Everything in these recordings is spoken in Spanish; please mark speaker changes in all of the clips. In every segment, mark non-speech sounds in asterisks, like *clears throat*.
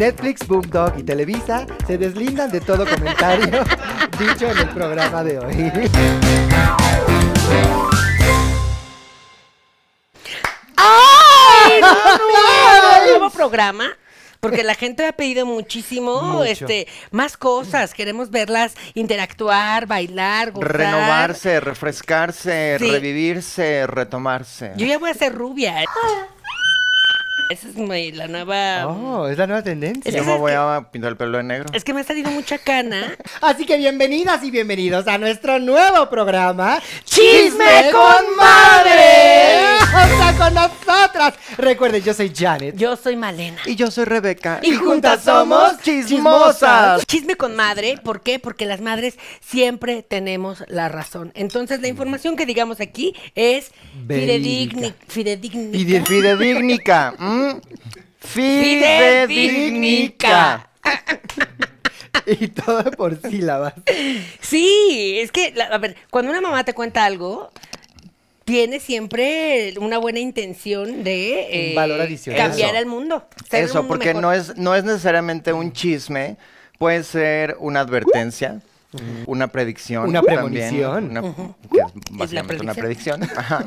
Speaker 1: Netflix, Boomdog y Televisa se deslindan de todo
Speaker 2: *laughs*
Speaker 1: comentario dicho en el programa de hoy.
Speaker 2: ¡Ay! ¡No, no! Nuevo programa. Porque la gente ha pedido muchísimo,
Speaker 3: Mucho.
Speaker 2: este, más cosas. Queremos verlas interactuar, bailar, gozar.
Speaker 3: Renovarse, refrescarse,
Speaker 2: Sí.
Speaker 3: revivirse, retomarse.
Speaker 2: Yo ya voy a ser rubia. ¿eh? Esa es mi- la nueva.
Speaker 1: Oh, es la nueva tendencia.
Speaker 2: Es que
Speaker 3: Yo me
Speaker 2: ¿sabes
Speaker 3: voy
Speaker 2: qué?
Speaker 3: a pintar el pelo de negro.
Speaker 2: Es que me ha salido mucha cana.
Speaker 1: Así que bienvenidas y bienvenidos a nuestro nuevo programa
Speaker 2: ¡Chisme con
Speaker 1: Madre. Está con nosotras. Recuerden, yo soy Janet.
Speaker 2: Yo soy Malena.
Speaker 3: Y yo soy Rebeca.
Speaker 2: Y juntas somos
Speaker 1: chismosas.
Speaker 2: Chisme con madre, ¿por qué? Porque las madres siempre tenemos la razón. Entonces, la información que digamos aquí es fidedigni,
Speaker 1: Verídica.
Speaker 2: fidedignica. *laughs*
Speaker 3: Fide- Fidedignica. ¿m?
Speaker 2: Fidedignica.
Speaker 3: Fidedignica.
Speaker 1: Y todo por sílabas.
Speaker 2: Sí, es que, la- a ver, cuando una mamá te cuenta algo, tiene siempre una buena intención de eh,
Speaker 1: Un valor adicional.
Speaker 2: cambiar
Speaker 3: Eso.
Speaker 2: al mundo. ser un
Speaker 3: Eso,
Speaker 2: mundo
Speaker 3: porque
Speaker 2: mejor.
Speaker 3: no es, no es necesariamente un chisme, puede ser una advertencia. Una predicción.
Speaker 1: Una
Speaker 3: también,
Speaker 1: premonición.
Speaker 3: una- que es básicamente una
Speaker 2: predicción. *laughs*
Speaker 3: predicción. Ajá.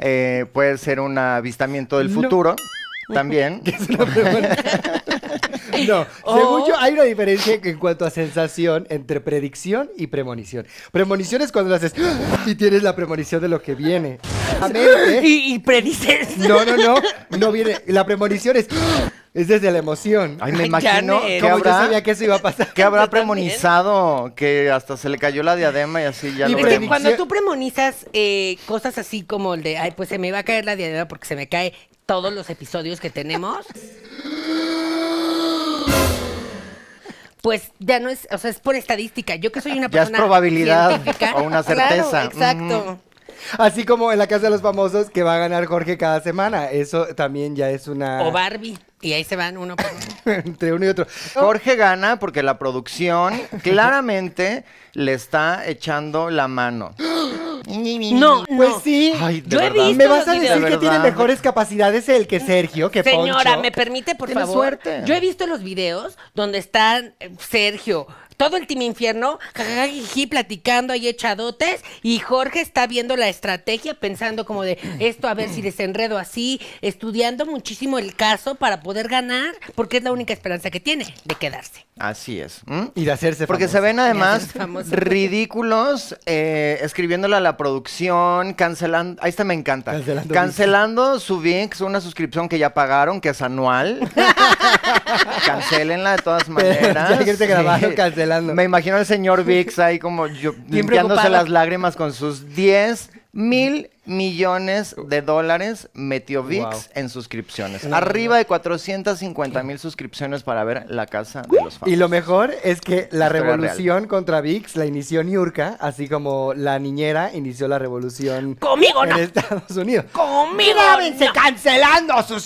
Speaker 3: Eh, puede ser un avistamiento del
Speaker 1: No.
Speaker 3: futuro.
Speaker 2: *laughs*
Speaker 3: También.
Speaker 1: *laughs* No,
Speaker 2: O-
Speaker 1: según yo hay una diferencia en cuanto a sensación entre predicción y premonición. Premonición es cuando lo haces ¡ah! y tienes la premonición de lo que viene. A *laughs* mente-
Speaker 2: *laughs* Y, y predices.
Speaker 1: No, no, no, no viene. La premonición es ¡ah! es desde la emoción.
Speaker 3: Ay, me
Speaker 2: Ay,
Speaker 3: imagino
Speaker 2: Janet.
Speaker 3: que
Speaker 1: Como yo
Speaker 3: habrá,
Speaker 1: sabía que eso iba a pasar.
Speaker 3: que habrá
Speaker 2: Yo también.
Speaker 3: premonizado, que hasta se le cayó la diadema y así ya
Speaker 1: Y
Speaker 2: Es que
Speaker 3: lo
Speaker 1: predicción.
Speaker 3: veremos.
Speaker 2: cuando tú premonizas eh, cosas así como el de, ay, pues se me va a caer la diadema porque se me cae todos los episodios que tenemos. Pues ya no es, o sea, es por estadística. Yo que soy una
Speaker 3: Ya es
Speaker 2: persona
Speaker 3: probabilidad
Speaker 2: científica,
Speaker 3: o
Speaker 2: *laughs*
Speaker 3: una
Speaker 2: claro,
Speaker 3: certeza. Mm.
Speaker 2: exacto.
Speaker 3: Ujú.
Speaker 1: Así como en la casa de los famosos que va a ganar Jorge cada semana. Eso también ya es una
Speaker 2: O Barbie. Y ahí se van uno por uno.
Speaker 1: *laughs* entre uno y otro.
Speaker 3: Jorge gana porque la producción claramente le está echando la mano.
Speaker 2: *laughs* No, no.
Speaker 1: Pues sí.
Speaker 3: Ay, de
Speaker 2: Yo he
Speaker 3: verdad.
Speaker 2: visto
Speaker 1: Me vas a
Speaker 2: los videos.
Speaker 1: decir que
Speaker 3: De
Speaker 1: tiene
Speaker 3: verdad.
Speaker 1: mejores capacidades el que Sergio, que
Speaker 2: Señora,
Speaker 1: Poncho.
Speaker 2: ¿me permite, por
Speaker 3: Tienes
Speaker 2: favor?
Speaker 3: suerte.
Speaker 2: Yo he visto los videos donde están eh, Sergio, todo el Team Infierno, jajajiji, platicando ahí echadotes, y Jorge está viendo la estrategia, pensando como de esto, a ver si desenredo así, estudiando muchísimo el caso para poder ganar, porque es la única esperanza que tiene de quedarse.
Speaker 3: Así es. ¿m?
Speaker 1: Y de hacerse
Speaker 3: Porque se
Speaker 1: famoso.
Speaker 3: ven además
Speaker 2: Gracias, famoso.
Speaker 3: ridículos eh, escribiéndole a la producción, cancelando. Ahí está, me encanta.
Speaker 1: Cancelando
Speaker 3: Cancelando, su VIX, una suscripción que ya pagaron, que
Speaker 1: *laughs*
Speaker 3: es anual. Cancelenla de todas maneras.
Speaker 1: ya que te grabaron
Speaker 3: Sí.
Speaker 1: cancelando.
Speaker 3: Me imagino
Speaker 1: *laughs*
Speaker 3: al señor VIX ahí como yo, limpiándose
Speaker 2: preocupado.
Speaker 3: las lágrimas con sus 10 mil millones de dólares metió VIX
Speaker 1: Wow.
Speaker 3: en suscripciones. Arriba de 450 mil suscripciones para ver la casa de los fans.
Speaker 1: Y lo mejor es que la
Speaker 3: Historia real.
Speaker 1: revolución contra VIX la inició Niurka, así como la niñera inició la revolución
Speaker 2: ¡Conmigo
Speaker 1: en
Speaker 2: no!
Speaker 1: Estados Unidos.
Speaker 2: ¡Conmigo!
Speaker 1: ¡Grábense
Speaker 2: no!
Speaker 1: cancelando su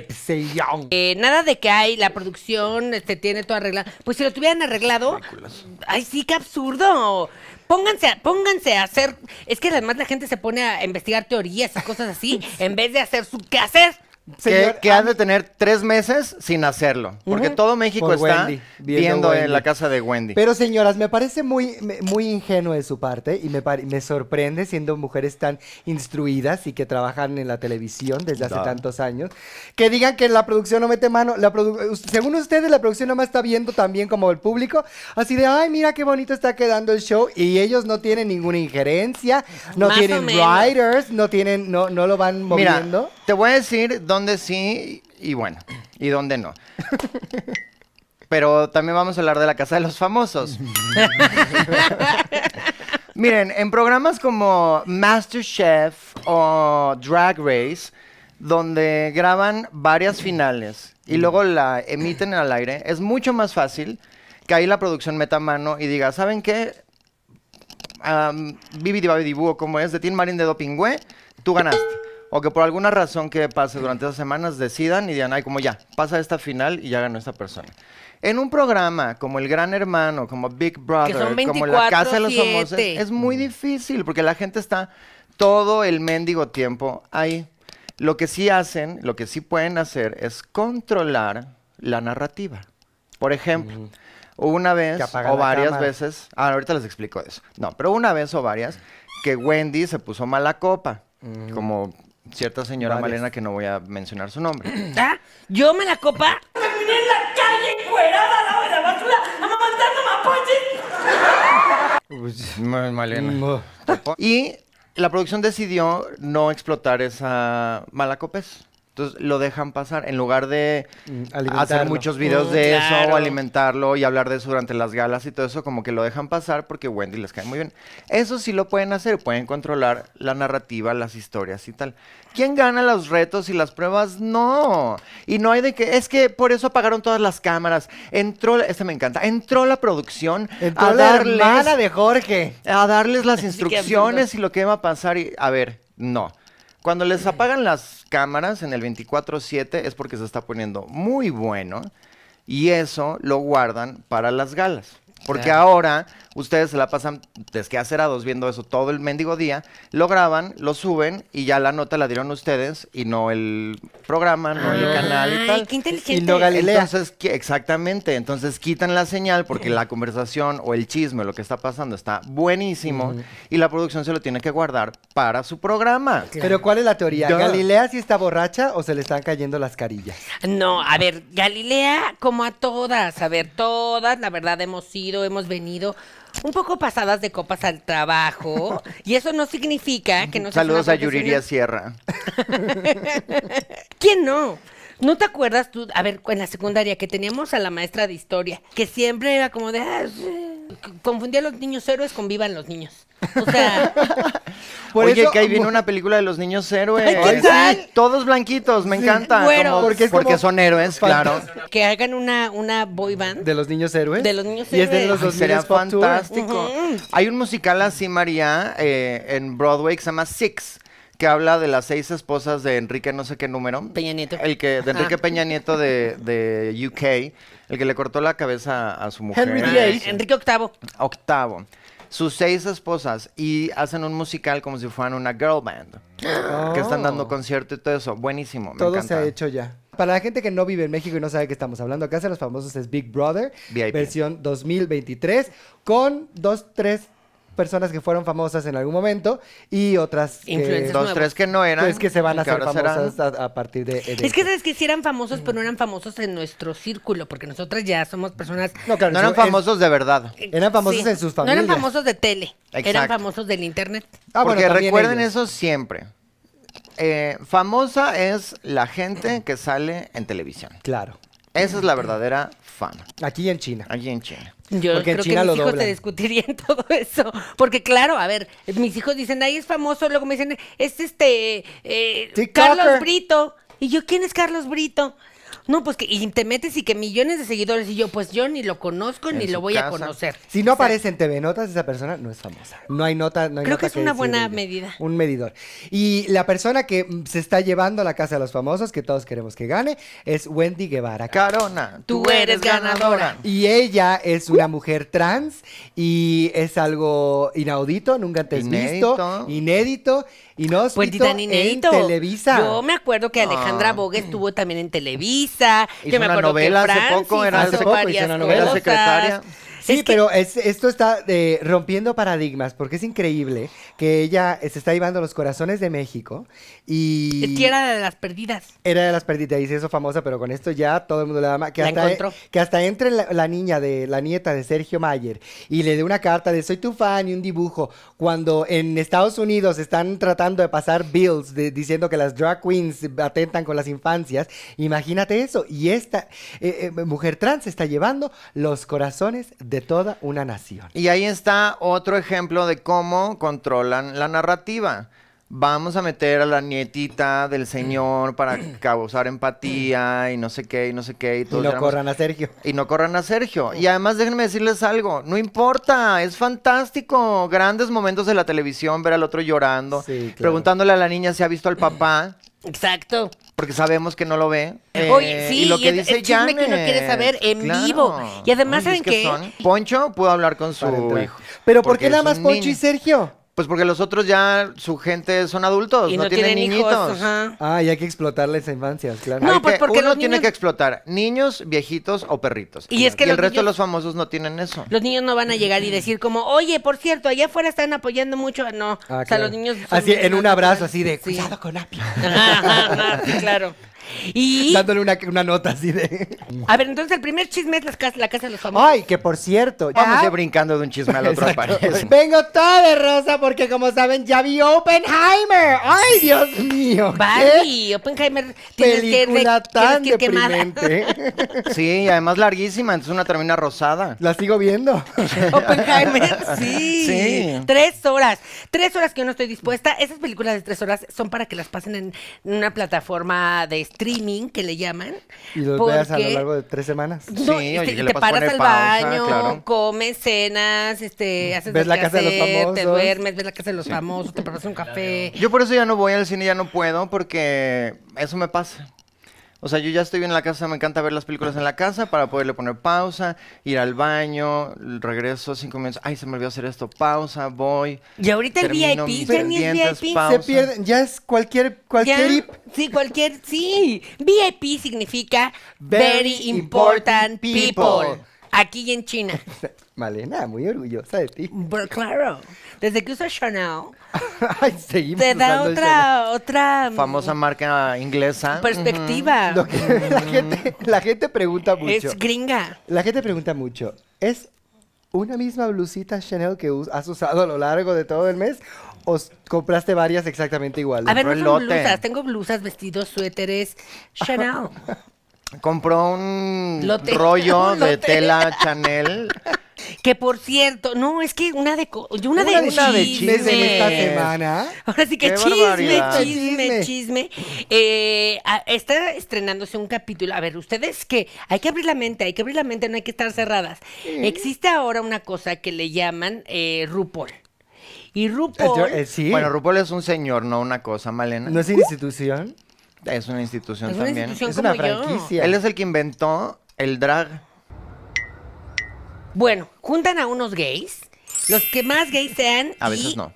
Speaker 1: suscripción!
Speaker 2: Eh, nada de que hay, la producción este, tiene todo arreglado. Pues si lo tuvieran arreglado. Ay, sí, qué absurdo. Pónganse a, pónganse a hacer. Es que además la gente se pone a investigar teorías y cosas así, en vez de hacer su quehacer.
Speaker 3: que,
Speaker 1: Señor,
Speaker 3: que
Speaker 1: a
Speaker 3: han de tener tres meses sin hacerlo. Porque todo México
Speaker 1: Por
Speaker 3: está
Speaker 1: Wendy, viendo
Speaker 3: viendo, en
Speaker 1: Wendy.
Speaker 3: la casa de Wendy.
Speaker 1: Pero señoras, me parece muy, me- muy ingenuo de su parte y me, pare- me sorprende siendo mujeres tan instruidas y que trabajan en la televisión desde hace
Speaker 3: Da.
Speaker 1: tantos años, que digan que la producción no mete mano. La produ- eh, us- según ustedes, la producción nomás está viendo también como el público, así de, ay, mira qué bonito está quedando el show y ellos no tienen ninguna injerencia, no
Speaker 2: Más o
Speaker 1: tienen
Speaker 2: menos.
Speaker 1: writers, no tienen, no, no lo van
Speaker 3: Mira,
Speaker 1: moviendo.
Speaker 3: te voy a decir dónde sí y bueno, y dónde no. Pero también vamos a hablar de la casa de los famosos. Miren, en programas como MasterChef o Drag Race, donde graban varias finales y luego la emiten al aire, es mucho más fácil que ahí la producción meta mano y diga, ¿saben qué? um, Bibidi Babidi Búho, como es, de Tin Marín de Dopingüe, tú ganaste. O que por alguna razón que pase durante esas semanas decidan y digan, ay, como ya, pasa esta final y ya ganó esta persona. En un programa como El Gran Hermano, como Big Brother,
Speaker 2: son
Speaker 3: como La Casa de los
Speaker 2: 24/7.
Speaker 3: Famosos, es muy difícil porque la gente está todo el mendigo tiempo ahí. Lo que sí hacen, lo que sí pueden hacer es controlar la narrativa. Por ejemplo, una vez
Speaker 1: Que apagan
Speaker 3: o
Speaker 1: la
Speaker 3: varias
Speaker 1: cámara.
Speaker 3: veces, ah, ahorita les explico eso. No, pero una vez o varias que Wendy se puso mala copa, como cierta señora
Speaker 1: Varias.
Speaker 3: Malena que no voy a mencionar su nombre.
Speaker 2: ¿Ah? Yo me la copa.
Speaker 4: Terminé en la calle, encuerada, al lado de la basura, amamantando mapaches.
Speaker 3: Ma- Malena.
Speaker 1: Mm.
Speaker 3: Y la producción decidió no explotar esa mala copez. Entonces lo dejan pasar en lugar de
Speaker 1: Mm,
Speaker 3: hacer
Speaker 1: alimentarlo.
Speaker 3: muchos videos
Speaker 2: Mm,
Speaker 3: de eso
Speaker 2: claro.
Speaker 3: o alimentarlo y hablar de eso durante las galas y todo eso, como que lo dejan pasar porque Wendy les cae muy bien. Eso sí lo pueden hacer, pueden controlar la narrativa, las historias y tal. ¿Quién gana los retos y las pruebas? No. Y no hay de que, es que por eso apagaron todas las cámaras. Entró, este me encanta, entró la producción
Speaker 1: Entró
Speaker 3: a
Speaker 1: la
Speaker 3: darles
Speaker 1: hermana de Jorge.
Speaker 3: a darles las
Speaker 2: absurdo.
Speaker 3: instrucciones y lo que va a pasar. Y, a ver, no. Cuando les apagan las cámaras en el 24-7 es porque se está poniendo muy bueno y eso lo guardan para las galas. Porque
Speaker 2: Claro.
Speaker 3: ahora ustedes se la pasan desquacerados viendo eso todo el mendigo día, lo graban, lo suben y ya la nota la dieron ustedes y no el programa, no
Speaker 1: Ah,
Speaker 3: el canal y
Speaker 2: Ay,
Speaker 3: tal.
Speaker 2: qué inteligente.
Speaker 1: Y no gal- Galilea.
Speaker 3: Entonces, qui- exactamente. Entonces quitan la señal porque la conversación o el chisme, lo que está pasando, está buenísimo y la producción se lo tiene que guardar para su programa.
Speaker 1: Pero ¿cuál es la teoría?
Speaker 3: Duh.
Speaker 1: ¿Galilea sí está borracha o se le están cayendo las carillas?
Speaker 2: No, a ver, Galilea, como a todas, a ver, todas, la verdad, hemos ido, hemos venido un poco pasadas de copas al trabajo, y eso no significa que no seas
Speaker 3: Saludos
Speaker 2: una
Speaker 3: a Yuriria
Speaker 2: profesional.
Speaker 3: Sierra.
Speaker 2: ¿Quién no? ¿No te acuerdas tú? A ver, en la secundaria que teníamos a la maestra de historia, que siempre era como de... ah, sí, confundía a los niños héroes con vivan los niños.
Speaker 1: *laughs*
Speaker 2: O sea,
Speaker 1: Por
Speaker 3: Oye,
Speaker 1: eso-
Speaker 3: que ahí viene una película de los niños héroes.
Speaker 2: Ay, ¿qué
Speaker 3: Sí,
Speaker 2: tal?
Speaker 3: Todos blanquitos, me
Speaker 1: Sí.
Speaker 3: encanta.
Speaker 2: Güeros.
Speaker 3: como-
Speaker 1: Porque
Speaker 3: porque
Speaker 1: es como
Speaker 3: son héroes, claro.
Speaker 1: fantasma.
Speaker 2: que hagan una, una boy band.
Speaker 1: ¿De los niños héroes?
Speaker 2: De los niños
Speaker 1: Y es de
Speaker 2: héroes.
Speaker 1: los
Speaker 3: Ay,
Speaker 1: dos
Speaker 3: sería
Speaker 1: fantástico.
Speaker 3: fantástico. Hay un musical así, María, eh, en Broadway que se llama Six, que habla de las seis esposas de Enrique no sé qué número.
Speaker 2: Peña Nieto.
Speaker 3: El que, de Enrique
Speaker 2: Ah.
Speaker 3: Peña Nieto de, de UK, el que le cortó la cabeza a su mujer.
Speaker 1: Henry
Speaker 2: Ah,
Speaker 1: VIII.
Speaker 2: Enrique VIII.
Speaker 3: Octavo. Sus seis esposas y hacen un musical como si fueran una girl band. Que están dando concierto y todo eso. Buenísimo. Me
Speaker 1: Oh. Todo se
Speaker 3: encanta.
Speaker 1: ha hecho ya. Para la gente que no vive en México y no sabe de qué estamos hablando, acá de los famosos es Big Brother,
Speaker 3: VIP.
Speaker 1: versión 2023, con dos, tres personas que fueron famosas en algún momento y otras que-
Speaker 2: Influencers.
Speaker 3: Dos,
Speaker 2: nuevo.
Speaker 3: tres que no eran.
Speaker 1: pues, que se van a
Speaker 3: que
Speaker 1: hacer
Speaker 3: ahora serán.
Speaker 1: famosas a, a partir de, de-
Speaker 2: Es que sabes que sí eran famosos, pero no eran famosos en nuestro círculo, porque nosotras ya somos personas.
Speaker 1: No, claro,
Speaker 3: No eran
Speaker 1: eso es- Ah,
Speaker 3: famosos de verdad.
Speaker 1: Eran famosos
Speaker 2: Sí.
Speaker 1: en sus
Speaker 2: No eran
Speaker 1: familias.
Speaker 2: famosos de tele, eran
Speaker 3: Exacto.
Speaker 2: famosos del internet.
Speaker 1: Ah, bueno,
Speaker 3: Porque
Speaker 1: también
Speaker 3: recuerden
Speaker 1: ellos.
Speaker 3: eso siempre. Eh, famosa es la gente que sale en televisión.
Speaker 1: Claro.
Speaker 3: Esa es la verdadera fama.
Speaker 1: Aquí en China.
Speaker 3: Aquí en China.
Speaker 2: Yo
Speaker 1: Porque en
Speaker 2: creo
Speaker 1: China
Speaker 2: que
Speaker 1: lo
Speaker 2: mis hijos
Speaker 1: doblan.
Speaker 2: te discutirían *laughs* todo eso. Porque, claro, a ver, mis hijos dicen, ahí es famoso, luego me dicen, es este eh,
Speaker 1: TikToker.
Speaker 2: Carlos Brito. Y yo, ¿quién es Carlos Brito? No, pues que y te metes y que millones de seguidores, y yo, pues yo ni lo conozco
Speaker 3: En
Speaker 2: ni
Speaker 3: su
Speaker 2: lo voy a
Speaker 3: casa.
Speaker 2: conocer.
Speaker 1: Si no aparece en TV Notas, esa persona no es famosa. No hay nota. No hay
Speaker 2: Creo
Speaker 1: nota
Speaker 2: que es una
Speaker 1: decir
Speaker 2: buena
Speaker 1: de ella.
Speaker 2: medida.
Speaker 1: Un medidor. Y la persona que mm, se está llevando a la casa de los famosos, que todos queremos que gane, es Wendy Guevara.
Speaker 2: Ah.
Speaker 3: Carona.
Speaker 2: Tú eres ganadora.
Speaker 1: Y ella es
Speaker 2: Uh.
Speaker 1: una mujer trans y es algo inaudito, nunca antes visto,
Speaker 3: Inédito.
Speaker 1: inédito, inhóspito
Speaker 2: Pues ni tan inédito.
Speaker 1: en Televisa.
Speaker 2: Yo me acuerdo que Alejandra
Speaker 3: Ah.
Speaker 1: *clears throat*
Speaker 2: Bogue estuvo también en Televisa.
Speaker 3: Hizo
Speaker 2: yo me
Speaker 3: una
Speaker 2: acuerdo
Speaker 3: novela
Speaker 2: que
Speaker 3: hace
Speaker 2: Francis
Speaker 3: poco, era
Speaker 1: hace
Speaker 2: hizo
Speaker 1: poco, hizo
Speaker 2: varias
Speaker 1: una novela,
Speaker 2: cosas.
Speaker 3: secretaria.
Speaker 1: Sí,
Speaker 2: Es que-
Speaker 1: pero es- esto está eh, rompiendo paradigmas porque es increíble que ella eh, se está llevando los corazones de México y...
Speaker 2: Es que era de las perdidas.
Speaker 1: Era de las perdidas, y se hizo famosa, pero con esto ya todo el mundo la ama. Que,
Speaker 2: La
Speaker 1: hasta, e
Speaker 2: encontró.
Speaker 1: que hasta entre la, la niña de la nieta de Sergio Mayer y le dé una carta de soy tu fan y un dibujo. Cuando en Estados Unidos están tratando de pasar bills de- diciendo que las drag queens atentan con las infancias, imagínate eso. Y esta eh, eh, mujer trans está llevando los corazones de toda una nación.
Speaker 3: Y ahí está otro ejemplo de cómo controlan la narrativa. Vamos a meter a la nietita del señor para causar empatía y no sé qué, y no sé qué. Y,
Speaker 1: Y
Speaker 3: todos
Speaker 1: no
Speaker 3: éramos-
Speaker 1: corran a Sergio.
Speaker 3: Y no corran a Sergio. Y además déjenme decirles algo, no importa, es fantástico. Grandes momentos de la televisión, ver al otro llorando,
Speaker 1: Sí, claro.
Speaker 3: preguntándole a la niña si ha visto al papá,
Speaker 2: Exacto.
Speaker 3: porque sabemos que no lo ve.
Speaker 2: Oye,
Speaker 3: Eh,
Speaker 2: sí, y el- el chisme que uno quiere
Speaker 3: Janet,
Speaker 2: saber en vivo. Y además,
Speaker 3: Oye,
Speaker 2: ¿saben
Speaker 3: es que
Speaker 2: qué?
Speaker 3: son- Poncho pudo hablar con su
Speaker 1: para entrar.
Speaker 3: hijo.
Speaker 1: Pero ¿por qué
Speaker 3: porque
Speaker 1: nada más
Speaker 3: es un
Speaker 1: Poncho
Speaker 3: niño.
Speaker 1: y Sergio?
Speaker 3: Pues porque los otros ya, su gente son adultos,
Speaker 2: Y
Speaker 3: no,
Speaker 2: no, tienen, hijos.
Speaker 3: niñitos.
Speaker 2: ajá.
Speaker 1: Ah, y hay que explotar las infancias, claro.
Speaker 2: No,
Speaker 3: Hay
Speaker 2: pues
Speaker 3: que-
Speaker 2: porque
Speaker 3: uno
Speaker 2: los
Speaker 3: tiene
Speaker 2: niños-
Speaker 3: que explotar niños, viejitos o perritos.
Speaker 2: Y es que
Speaker 3: el
Speaker 2: los
Speaker 3: resto de
Speaker 2: niños-
Speaker 3: los famosos no tienen eso.
Speaker 2: Los niños no van a llegar y decir como, oye, por cierto, allá afuera están apoyando mucho. No,
Speaker 1: Ah,
Speaker 2: o sea,
Speaker 1: claro.
Speaker 2: los niños... son
Speaker 1: Así, en
Speaker 2: más
Speaker 1: un abrazo,
Speaker 2: naturales.
Speaker 1: así de,
Speaker 2: Sí.
Speaker 1: cuidado con Api.
Speaker 2: *laughs* Ajá, ajá, ajá, sí, claro. Y,
Speaker 1: Dándole una, una nota así de...
Speaker 2: a ver, entonces el primer chisme es las cas- la casa de los famosos.
Speaker 1: Ay, que por cierto...
Speaker 3: Vamos a
Speaker 2: Ah.
Speaker 1: ya-
Speaker 3: ir brincando de un chisme al otro,
Speaker 1: Exacto.
Speaker 3: parece.
Speaker 1: *laughs* Vengo toda de rosa porque como saben ya vi Oppenheimer. Ay, Dios mío. ¡Qué
Speaker 2: Barbie, Oppenheimer, tienes que ir, de-
Speaker 1: película
Speaker 2: tienes
Speaker 1: tan
Speaker 2: que ir quemada.
Speaker 1: deprimente. *laughs*
Speaker 3: Sí, y además larguísima, entonces una termina rosada.
Speaker 1: La sigo
Speaker 2: *laughs*
Speaker 1: viendo.
Speaker 2: *laughs*
Speaker 1: *laughs*
Speaker 2: Oppenheimer, sí.
Speaker 3: Sí.
Speaker 2: Tres horas. Tres horas que yo no estoy dispuesta. Esas películas de tres horas son para que las pasen en una plataforma de streaming que le llaman.
Speaker 1: Y los veas a lo
Speaker 2: porque-
Speaker 1: largo de tres semanas.
Speaker 2: No, este,
Speaker 3: Sí,
Speaker 2: y
Speaker 3: oye,
Speaker 2: te,
Speaker 3: que
Speaker 2: y te
Speaker 3: le puedes
Speaker 2: paras
Speaker 3: poner
Speaker 2: al
Speaker 3: pausa,
Speaker 2: baño,
Speaker 3: claro.
Speaker 2: comes, cenas, este, haces
Speaker 1: Mm. Ves
Speaker 2: lo
Speaker 1: la
Speaker 2: que
Speaker 1: Casa de los
Speaker 2: hacer, te
Speaker 1: Famosos.
Speaker 2: duermes, ves la casa de los famosos, te preparas un café.
Speaker 3: Yo por eso ya no voy al cine, ya no puedo, porque eso me pasa. O sea, yo ya estoy bien en la casa, me encanta ver las películas en la casa para poderle poner pausa, ir al baño, regreso cinco minutos, ay, se me olvidó hacer esto, pausa, voy.
Speaker 2: Y ahorita el
Speaker 3: termino
Speaker 2: VIP,
Speaker 3: mis
Speaker 2: ya ni es
Speaker 3: pendientes,
Speaker 2: VIP.
Speaker 3: pausa.
Speaker 1: Se pierden. Ya es cualquier, cualquier
Speaker 2: Ya,
Speaker 1: hip.
Speaker 2: Sí, cualquier, sí. VIP significa Very,
Speaker 1: Very
Speaker 2: Important
Speaker 1: Important
Speaker 2: people.
Speaker 1: People.
Speaker 2: Aquí y en China.
Speaker 1: Malena, muy orgullosa de ti. *laughs*
Speaker 2: Pero claro, desde que usa Chanel,
Speaker 1: Ay, seguimos
Speaker 2: te da
Speaker 1: usando el
Speaker 2: otra, otra mm,
Speaker 3: Famosa marca inglesa.
Speaker 2: perspectiva.
Speaker 1: celular. Lo que- *laughs* la, gente, la gente pregunta mucho.
Speaker 2: Es gringa.
Speaker 1: La gente pregunta mucho. ¿Es una misma blusita Chanel que us- has usado a lo largo de todo el mes? ¿O s- compraste varias exactamente iguales?
Speaker 2: A ver, no
Speaker 3: compró
Speaker 2: son
Speaker 3: el lote.
Speaker 2: blusas. Tengo blusas, vestidos, suéteres, Chanel.
Speaker 3: Mm. Compró un
Speaker 2: Lote. *laughs*
Speaker 3: rollo
Speaker 2: Un
Speaker 3: de
Speaker 2: lote.
Speaker 3: tela Chanel.
Speaker 2: Que por cierto, no, es que una de co- y una,
Speaker 1: Una
Speaker 2: de,
Speaker 1: de chismes de
Speaker 2: chisme.
Speaker 1: esta semana.
Speaker 2: Ahora sí que
Speaker 3: ¡Qué
Speaker 2: chisme,
Speaker 3: barbaridad!
Speaker 2: chisme,
Speaker 1: Chisme.
Speaker 2: chisme, Eh, a- está estrenándose un capítulo. A ver, ustedes que hay que abrir la mente, hay que abrir la mente, no hay que estar cerradas. Existe ahora una cosa que le llaman eh, RuPaul. Y
Speaker 1: Yo-
Speaker 2: RuPaul.
Speaker 1: eh, sí.
Speaker 3: Bueno, RuPaul es un señor, no una cosa, Malena.
Speaker 1: ¿No es institución?
Speaker 3: Es una institución
Speaker 2: Es una
Speaker 3: también.
Speaker 2: institución
Speaker 1: Es una
Speaker 2: como yo.
Speaker 1: franquicia.
Speaker 3: Él es el que inventó el drag.
Speaker 2: Bueno, juntan a unos gays, los que más gays sean.
Speaker 3: A
Speaker 2: y-
Speaker 3: veces no.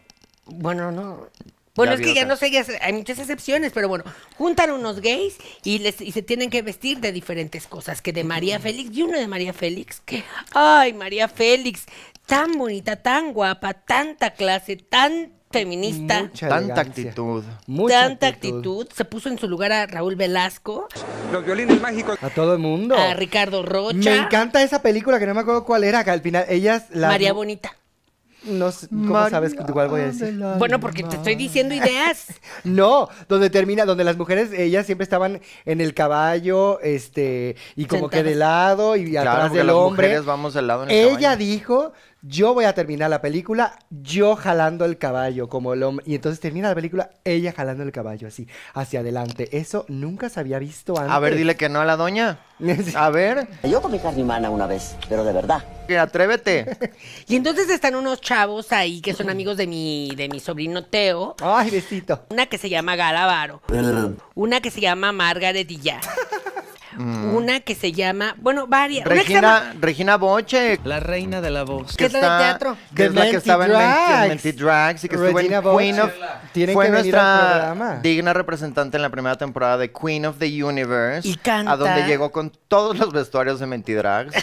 Speaker 2: Bueno, no. Bueno,
Speaker 3: Ya
Speaker 2: es
Speaker 3: vi
Speaker 2: que ya
Speaker 3: otras.
Speaker 2: no sé, ya sé, hay muchas excepciones, pero bueno, juntan unos gays y, les, y se tienen que vestir de diferentes cosas, que de María Félix y uno de María Félix, que, ay, María Félix, tan bonita, tan guapa, tanta clase, tan feminista,
Speaker 1: Mucha
Speaker 3: Tanta
Speaker 1: elegancia.
Speaker 3: actitud.
Speaker 1: Mucha
Speaker 2: tanta actitud. se puso en su lugar a Raúl Velasco,
Speaker 5: Los violines mágicos.
Speaker 1: A todo el mundo.
Speaker 2: a Ricardo Rocha,
Speaker 1: Me encanta esa película que no me acuerdo cuál era, que al final ellas la
Speaker 2: María Bonita.
Speaker 1: no sé, ¿cómo sabes cuál voy a decir?
Speaker 2: Bueno, porque te estoy diciendo ideas.
Speaker 1: No, donde termina, donde las mujeres ellas siempre estaban en el caballo, este, y como que de lado y
Speaker 3: Claro,
Speaker 1: atrás
Speaker 3: porque
Speaker 1: del
Speaker 3: las
Speaker 1: hombre.
Speaker 3: mujeres vamos del lado en el
Speaker 1: Ella
Speaker 3: caballo.
Speaker 1: dijo, "Yo voy a terminar la película yo jalando el caballo como el hombre." Y entonces termina la película ella jalando el caballo así hacia adelante. Eso nunca se había visto antes.
Speaker 3: A ver,
Speaker 1: *laughs*
Speaker 3: dile Ah. que no a la doña.
Speaker 1: Sí.
Speaker 3: *laughs* A ver,
Speaker 6: Yo comí carne humana una vez, pero de verdad.
Speaker 3: que atrévete.
Speaker 2: Y entonces están unos chavos ahí que son amigos de mi, de mi sobrino Teo.
Speaker 1: Ay, besito.
Speaker 2: Una que se llama Galavaro. Una que se llama Margaret y ya. Una que se llama. Bueno, varias. Una que se llama-
Speaker 3: Mm. *laughs* Regina, Regina Boche.
Speaker 7: La reina de la voz.
Speaker 2: que es la de teatro.
Speaker 3: Que es la
Speaker 1: De
Speaker 3: que estaba en
Speaker 1: Mentidrags.
Speaker 3: Menti- Mentidrags y que estuvo
Speaker 1: Regina
Speaker 3: en
Speaker 1: Boche.
Speaker 3: Queen of.
Speaker 1: Tiene
Speaker 3: fue
Speaker 1: que venir al
Speaker 3: nuestra
Speaker 1: programa.
Speaker 3: digna representante en la primera temporada de Queen of the Universe.
Speaker 2: Y canta.
Speaker 3: A donde llegó con todos los vestuarios
Speaker 1: *laughs*
Speaker 3: de Mentidrags.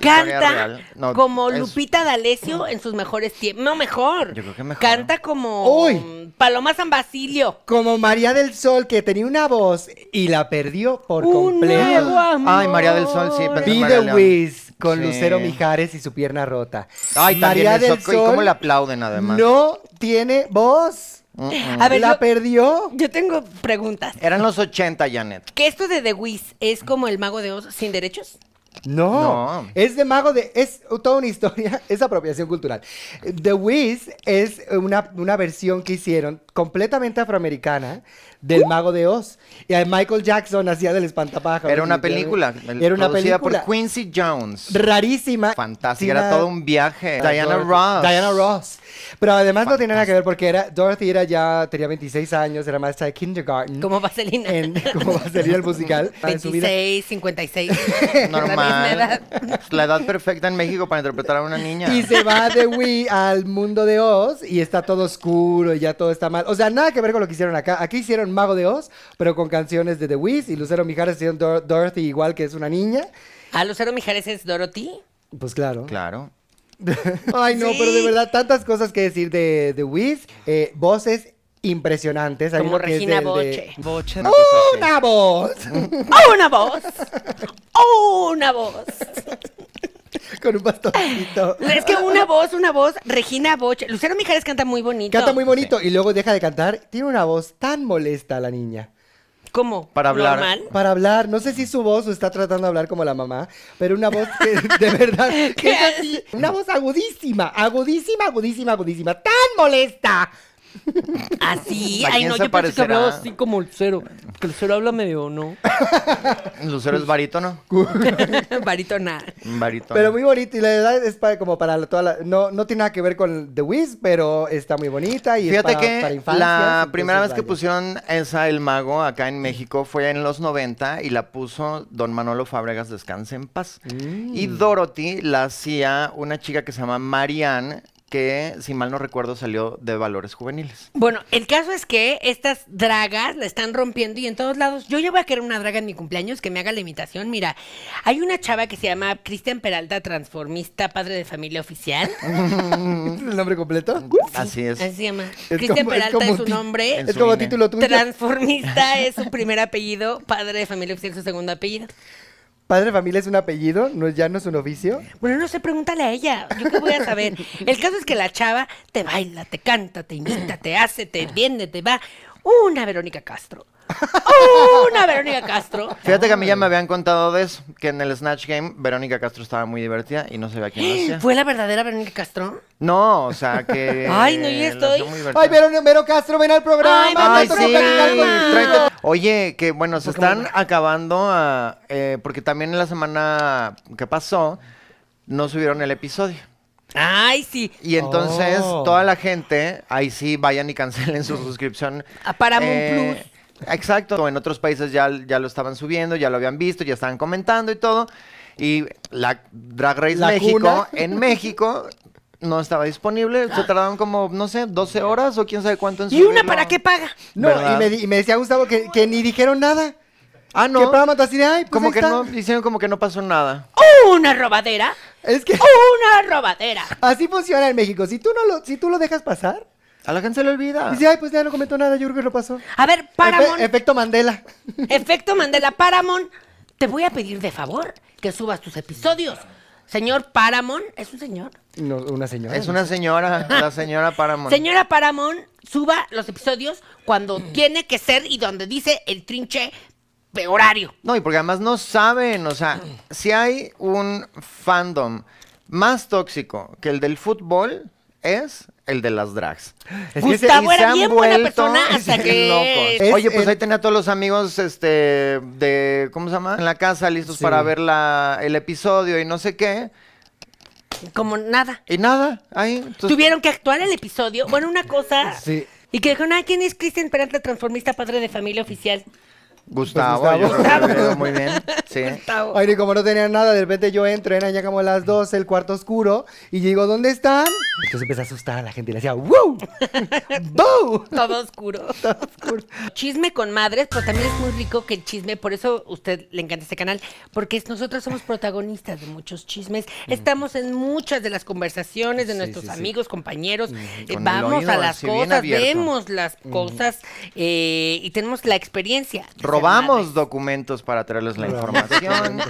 Speaker 2: Canta
Speaker 3: real. No,
Speaker 2: como
Speaker 3: es-
Speaker 2: Lupita D'Alessio en sus mejores tiempos. No, mejor.
Speaker 3: Yo creo que mejor.
Speaker 2: Canta como
Speaker 1: Uy.
Speaker 2: Paloma San Basilio.
Speaker 1: Como María del Sol, que tenía una voz y la perdió por
Speaker 2: Un nuevo
Speaker 1: completo.
Speaker 2: amor.
Speaker 3: Ay, María del Sol, sí, pensé en
Speaker 1: Be
Speaker 3: María
Speaker 1: the
Speaker 3: León.
Speaker 1: Wiz con
Speaker 3: Sí.
Speaker 1: Lucero Mijares y su pierna rota.
Speaker 3: Ay, también eso, y cómo le aplauden, además.
Speaker 1: No tiene voz.
Speaker 2: A ver,
Speaker 1: la
Speaker 2: yo-
Speaker 1: perdió.
Speaker 2: Yo tengo preguntas.
Speaker 3: Mm, Eran los 80, Janet.
Speaker 2: ¿Que esto de The Wiz es como el mago de Oz sin derechos?
Speaker 1: No,
Speaker 3: No.
Speaker 1: es de mago de. Es toda una historia, *laughs* es apropiación cultural. The Wiz es una, una versión que hicieron completamente afroamericana
Speaker 2: Uh.
Speaker 1: del mago de Oz. Y a Michael Jackson hacía del espantapájaros.
Speaker 3: Era una película.
Speaker 1: Era una
Speaker 3: producida
Speaker 1: película.
Speaker 3: por Quincy Jones.
Speaker 1: rarísima.
Speaker 3: *laughs* Fantástica,
Speaker 1: sin
Speaker 3: era
Speaker 1: nada-
Speaker 3: todo un viaje. Diana Ross. *laughs*
Speaker 1: Diana Ross. Pero además no tiene nada que ver porque era, Dorothy era ya, tenía 26 años, era maestra de kindergarten.
Speaker 2: Como vaselina.
Speaker 1: En, como vaselina el
Speaker 2: *laughs*
Speaker 1: musical. en su vida.
Speaker 2: 26,
Speaker 3: *laughs*
Speaker 2: 56. La misma
Speaker 3: Normal.
Speaker 2: edad.
Speaker 3: Es *laughs* La edad perfecta en México para interpretar a una niña.
Speaker 1: Y se va de Wii al mundo de Oz y está todo oscuro y ya todo está mal. O sea, nada que ver con lo que hicieron acá. Aquí hicieron Mago de Oz, pero con canciones de The Wiz y Lucero Mijares hicieron Dor- Dorothy igual que es una niña.
Speaker 2: A Lucero Mijares es *laughs* Dorothy.
Speaker 1: Pues claro.
Speaker 3: Claro.
Speaker 1: *laughs* Ay, no, pero de
Speaker 2: Sí.
Speaker 1: verdad, tantas cosas que decir de The Wiz. Eh, voces impresionantes. Hay
Speaker 2: Como
Speaker 1: uno que es
Speaker 2: Regina
Speaker 1: del de-
Speaker 2: Boche.
Speaker 5: Boche.
Speaker 3: Una cosa así.
Speaker 1: ¡Oh, ¡Una voz! *laughs*
Speaker 3: *laughs*
Speaker 2: ¡Oh, ¡Una voz! ¡Oh, ¡Una voz!
Speaker 1: con un bastoncito.
Speaker 2: Es que una voz, una voz, Regina Boche. Lucero Mijares canta muy bonito.
Speaker 1: Canta muy bonito y luego deja de cantar. Tiene una voz tan molesta la niña.
Speaker 2: ¿Cómo?
Speaker 3: Para hablar.
Speaker 2: ¿Normal?
Speaker 1: Para hablar, no sé si es su voz o está tratando de hablar como la mamá, pero una voz
Speaker 2: *laughs*
Speaker 1: que de verdad, que es así, una voz agudísima, agudísima, agudísima, agudísima, tan molesta.
Speaker 2: Así.
Speaker 3: ¿A
Speaker 2: Ah, Ay,
Speaker 3: quién
Speaker 2: no,
Speaker 3: se
Speaker 2: yo pensé que hablaba
Speaker 3: parecerá?
Speaker 2: así como Lucero. Que Lucero habla medio, ¿no?
Speaker 3: Lucero es barítono.
Speaker 2: *laughs* Baritona.
Speaker 3: Barítono.
Speaker 1: Pero muy bonita y la verdad es para, como para la- toda la, no, no tiene nada que ver con The Wiz, pero está muy bonita y
Speaker 3: Fíjate
Speaker 1: es para,
Speaker 3: que
Speaker 1: para infancias,
Speaker 3: la
Speaker 1: entonces,
Speaker 3: primera vez que
Speaker 1: vaya.
Speaker 3: pusieron esa El Mago acá en México fue en los 90 y la puso don Manolo Fábregas, descanse en paz.
Speaker 1: Mm.
Speaker 3: Y Dorothy la hacía una chica que se llama Marianne, que si mal no recuerdo salió de Valores Juveniles.
Speaker 2: Bueno, el caso es que estas dragas la están rompiendo y en todos lados. Yo ya voy a querer una draga en mi cumpleaños que me haga la imitación. Mira, hay una chava que se llama Cristian Peralta, transformista, padre de familia oficial.
Speaker 1: *laughs* el nombre
Speaker 3: *laughs*
Speaker 1: completo.
Speaker 3: Así es.
Speaker 2: Así se llama.
Speaker 1: Es
Speaker 2: Cristian
Speaker 1: como- es
Speaker 2: Peralta
Speaker 1: como
Speaker 2: es su
Speaker 1: ti-
Speaker 2: nombre.
Speaker 3: en
Speaker 1: Es
Speaker 3: su
Speaker 1: como
Speaker 3: INE.
Speaker 1: título tuyo.
Speaker 2: *laughs* Transformista es su primer apellido, padre de familia oficial su segundo apellido.
Speaker 1: Padre de familia es un apellido, no, ya no es un oficio.
Speaker 2: Bueno, no sé, pregúntale a ella. Yo qué voy a saber. El caso es que la chava te baila, te canta, te imita, te hace, te viene, te va. Una Verónica Castro. Una Verónica Castro.
Speaker 3: Fíjate que a mí ya me habían contado de eso, que en el Snatch Game Verónica Castro estaba muy divertida y no sabía quién
Speaker 2: *gasps*
Speaker 3: lo hacía.
Speaker 2: ¿Fue la verdadera Verónica Castro?
Speaker 3: No, o sea que...
Speaker 2: *laughs* Ay, no, yo
Speaker 3: la
Speaker 2: estoy-
Speaker 3: hacía muy divertida.
Speaker 1: Ay, Vero, Vero Castro, ven al programa.
Speaker 2: Ay,
Speaker 1: me
Speaker 3: Ay,
Speaker 1: tocó
Speaker 3: sí.
Speaker 1: platicar contigo.
Speaker 3: Tráete- Oye, que bueno, se
Speaker 2: Pokémon.
Speaker 3: están acabando a- eh, porque también en la semana que pasó no subieron el episodio.
Speaker 2: Ay, sí.
Speaker 3: Y entonces
Speaker 1: Oh.
Speaker 3: toda la gente, ahí sí, vayan y cancelen su suscripción.
Speaker 2: A Paramount
Speaker 3: Plus. Exacto, en otros países ya, ya lo estaban subiendo, ya lo habían visto, ya estaban comentando y todo. Y la Drag Race
Speaker 1: La
Speaker 3: México,
Speaker 1: cuna.
Speaker 3: en México, no estaba disponible. Se tardaron como, no sé, 12 horas o quién sabe cuánto en
Speaker 2: Ah. ¿Y una
Speaker 3: subirlo.
Speaker 2: para qué paga?
Speaker 1: No,
Speaker 3: ¿Verdad?
Speaker 1: y me, di- y me decía Gustavo que, que ni dijeron nada.
Speaker 3: Ah, no.
Speaker 1: Que Paramount así de, ay, pues
Speaker 3: como
Speaker 1: ahí
Speaker 3: que
Speaker 1: está.
Speaker 3: no, hicieron como que no pasó nada.
Speaker 2: Una robadera.
Speaker 1: Es que *laughs*
Speaker 2: Una robadera.
Speaker 1: así funciona en México. Si tú no lo, si tú lo dejas pasar,
Speaker 3: A la gente se le olvida.
Speaker 1: dice, ay, pues ya no comentó nada, yo creo que no pasó.
Speaker 2: A ver, Paramount.
Speaker 1: Efe- efecto Mandela.
Speaker 2: Efecto Mandela Paramount, te voy a pedir de favor que subas tus episodios. Señor Paramount, es un señor.
Speaker 1: No, una señora.
Speaker 3: Es una señora,
Speaker 2: *laughs*
Speaker 3: la señora Paramount.
Speaker 2: Señora Paramount, suba los episodios cuando tiene que ser y donde dice el trinche de horario.
Speaker 3: No, y porque además no saben, o sea, si hay un fandom más tóxico que el del fútbol, es el de las drags.
Speaker 1: Es que ese-
Speaker 2: Gustavo
Speaker 3: Y se
Speaker 2: era
Speaker 3: han
Speaker 2: bien buena
Speaker 3: vuelto *laughs*
Speaker 2: persona hasta que...
Speaker 3: locos.
Speaker 1: Es
Speaker 3: Oye, pues
Speaker 1: el-
Speaker 3: ahí tenía a todos los amigos este de ¿cómo se llama? En la casa listos
Speaker 1: Sí.
Speaker 3: para ver la, el episodio y no sé qué.
Speaker 2: Como nada.
Speaker 3: Y nada, ahí. pues, entonces-
Speaker 2: Tuvieron que actuar el episodio. Bueno, una cosa...
Speaker 1: Sí.
Speaker 2: Y que dijeron, ah, ¿quién es Cristian Peralta, transformista, padre de familia oficial?
Speaker 3: Gustavo,
Speaker 1: Pues
Speaker 3: yo creo que
Speaker 1: Gustavo.
Speaker 3: le quedó muy bien. Sí.
Speaker 2: Gustavo.
Speaker 1: Ay, y como no tenían nada, de repente yo entro, eran ya como las 12, el cuarto oscuro, y digo, ¿dónde están? Entonces empecé a asustar a la gente y le decía, *laughs* ¡wow! ¡Bow!
Speaker 2: Todo
Speaker 3: *laughs*
Speaker 2: oscuro. Chisme con madres, pero también es muy rico que el chisme, por eso usted le encanta este canal, porque es- nosotros somos protagonistas de muchos chismes. Estamos en muchas de las conversaciones de nuestros amigos, compañeros. Eh,
Speaker 3: con el
Speaker 2: Vamos
Speaker 3: oído
Speaker 2: a las
Speaker 3: así bien
Speaker 2: cosas,
Speaker 3: abierto.
Speaker 2: vemos las cosas eh, y tenemos la experiencia. de ser
Speaker 3: Robamos
Speaker 2: madres.
Speaker 3: documentos para traerles la
Speaker 1: Robamos
Speaker 3: información.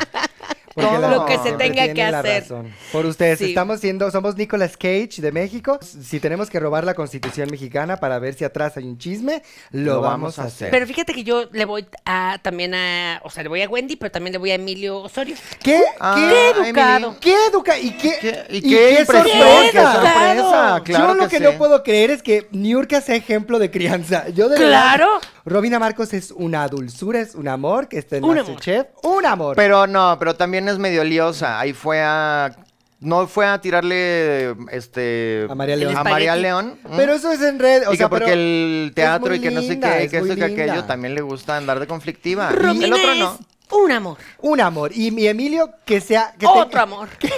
Speaker 1: Porque
Speaker 3: Todo
Speaker 1: la
Speaker 3: lo que
Speaker 1: gente
Speaker 3: se
Speaker 1: siempre
Speaker 2: tenga que
Speaker 1: tiene la
Speaker 2: hacer.
Speaker 1: razón. Por ustedes,
Speaker 2: Sí.
Speaker 1: estamos siendo, somos Nicolas Cage de México. Si tenemos que robar la constitución mexicana para ver si atrás hay un chisme, lo, vamos, a hacer.
Speaker 2: Pero fíjate que yo le voy a también a, o sea, le voy a Wendy, pero también le voy a Emilio Osorio.
Speaker 1: ¿Qué?
Speaker 3: Ah,
Speaker 1: ¿Qué
Speaker 3: Emily.
Speaker 1: educado? ¿Qué educado? ¿Y qué,
Speaker 3: ¿Qué- y
Speaker 1: y
Speaker 3: qué
Speaker 1: qué
Speaker 3: impresión,
Speaker 1: sorpresa?
Speaker 2: qué
Speaker 3: sorpresa, claro
Speaker 1: Yo lo que,
Speaker 3: que
Speaker 1: no
Speaker 3: sí.
Speaker 1: puedo creer es que Niurka sea ejemplo de crianza. Yo de
Speaker 2: Claro.
Speaker 1: verdad- Robina Marcos es una dulzura, es un amor que está en
Speaker 2: Un
Speaker 1: Masterchef. Un amor.
Speaker 3: Pero no, pero también es medio liosa. Ahí fue a no fue a tirarle este
Speaker 1: A María
Speaker 2: El
Speaker 1: León.
Speaker 3: a
Speaker 2: espagueti.
Speaker 3: María León. ¿m?
Speaker 1: Pero eso es en red. O
Speaker 3: y que
Speaker 1: sea,
Speaker 3: porque
Speaker 1: pero
Speaker 3: el
Speaker 1: es
Speaker 3: teatro
Speaker 1: muy
Speaker 3: y que no sé
Speaker 1: linda,
Speaker 3: qué,
Speaker 1: es
Speaker 3: que
Speaker 1: muy
Speaker 3: esto, que aquello,
Speaker 1: linda.
Speaker 3: también le gusta andar de conflictiva. Y el
Speaker 2: Romina
Speaker 3: otro no.
Speaker 2: es un amor.
Speaker 1: Un amor. Y mi Emilio que sea. Que
Speaker 2: Otro
Speaker 1: tenga-
Speaker 2: amor.
Speaker 1: *laughs* Que,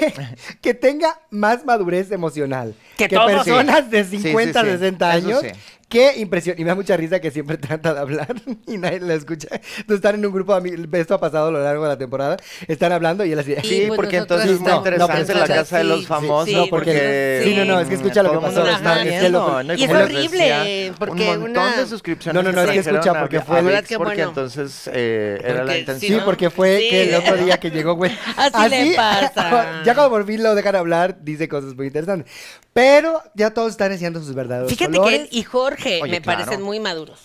Speaker 1: que tenga más madurez emocional.
Speaker 2: Que todos.
Speaker 1: personas de
Speaker 3: Sí, sí,
Speaker 1: 50,
Speaker 3: sí.
Speaker 1: 60
Speaker 3: Eso
Speaker 1: años.
Speaker 3: sí.
Speaker 1: Qué impresión. Y me da mucha risa que siempre *laughs* trata de hablar y nadie la escucha. Entonces están en un grupo de amigos. Esto ha pasado a lo largo de la temporada. Están hablando y él así.
Speaker 2: Y
Speaker 3: Sí,
Speaker 2: pues nosotros
Speaker 3: porque entonces es muy
Speaker 1: estamos- no,
Speaker 3: interesante
Speaker 1: pero
Speaker 3: la
Speaker 1: escucha,
Speaker 3: casa de
Speaker 2: sí,
Speaker 3: los
Speaker 2: sí,
Speaker 3: famosos.
Speaker 2: sí,
Speaker 1: no, porque-
Speaker 3: porque
Speaker 1: sí, no, no, es que escucha lo
Speaker 3: todo
Speaker 1: que
Speaker 3: el mundo
Speaker 1: pasó,
Speaker 3: lo
Speaker 1: está- es
Speaker 3: está
Speaker 1: que
Speaker 3: viendo,
Speaker 1: lo-
Speaker 3: ¿no?
Speaker 2: Y es
Speaker 3: como les
Speaker 2: horrible,
Speaker 3: decía,
Speaker 2: porque
Speaker 3: un montón
Speaker 2: una-
Speaker 3: de suscripciones.
Speaker 1: No, no, no, es que
Speaker 3: trajeron
Speaker 1: escucha,
Speaker 3: a-
Speaker 1: porque
Speaker 3: a
Speaker 1: fue-
Speaker 3: Vix,
Speaker 2: ¿Verdad que
Speaker 3: porque
Speaker 2: bueno?
Speaker 3: entonces eh, era
Speaker 2: Porque
Speaker 3: la
Speaker 2: sí,
Speaker 1: Sí,
Speaker 2: ¿no?
Speaker 3: intención.
Speaker 1: porque fue
Speaker 2: Sí.
Speaker 1: que el otro día que llegó, güey.
Speaker 2: *laughs* Así le pasa.
Speaker 1: *laughs* Ya cuando por fin lo dejan hablar, dice cosas muy interesantes. Pero ya todos están enseñando sus verdaderos
Speaker 2: Fíjate
Speaker 1: colores.
Speaker 2: que él y Jorge
Speaker 3: Oye,
Speaker 2: me
Speaker 3: claro.
Speaker 2: parecen muy maduros.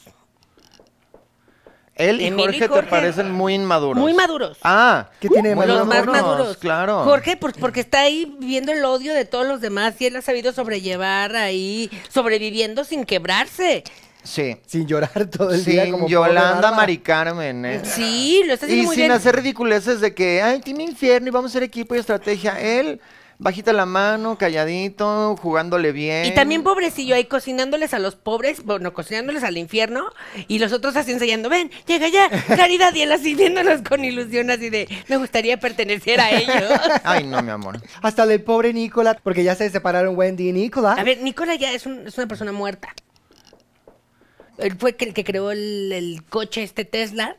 Speaker 3: Él y
Speaker 2: Emilio y
Speaker 3: Jorge te
Speaker 2: Jorge- eh,
Speaker 3: parecen muy inmaduros.
Speaker 2: Muy maduros.
Speaker 3: Ah.
Speaker 1: ¿Qué tiene de
Speaker 3: muy
Speaker 1: malo?
Speaker 2: los más maduros.
Speaker 3: Claro.
Speaker 2: Jorge, pues, porque está ahí viendo el odio de todos los demás y él ha sabido sobrellevar ahí, sobreviviendo sin quebrarse.
Speaker 3: Sí.
Speaker 1: Sin llorar todo el día
Speaker 3: Sin
Speaker 1: como pobre
Speaker 3: Yolanda
Speaker 1: Bárbara.
Speaker 3: Mari Carmen, ¿eh?
Speaker 2: Sí, lo está haciendo
Speaker 3: Y
Speaker 2: muy
Speaker 3: sin
Speaker 2: bien.
Speaker 3: hacer ridiculeces de que, ay, tiene infierno y vamos a ser equipo y estrategia. Él, bajita la mano, calladito, jugándole bien.
Speaker 2: Y también pobrecillo ahí cocinándoles a los pobres, bueno, cocinándoles al infierno y los otros así enseñando, ven, llega
Speaker 3: *laughs*
Speaker 2: ya, claridad y él así viéndonos con ilusión así de, me gustaría pertenecer a ellos.
Speaker 3: *laughs* Ay, no, mi amor.
Speaker 1: Hasta del pobre Nicola, porque ya se separaron Wendy y Nicola.
Speaker 2: A ver, Nicola ya es, un- es una persona muerta. Él fue el que creó el, el coche este Tesla.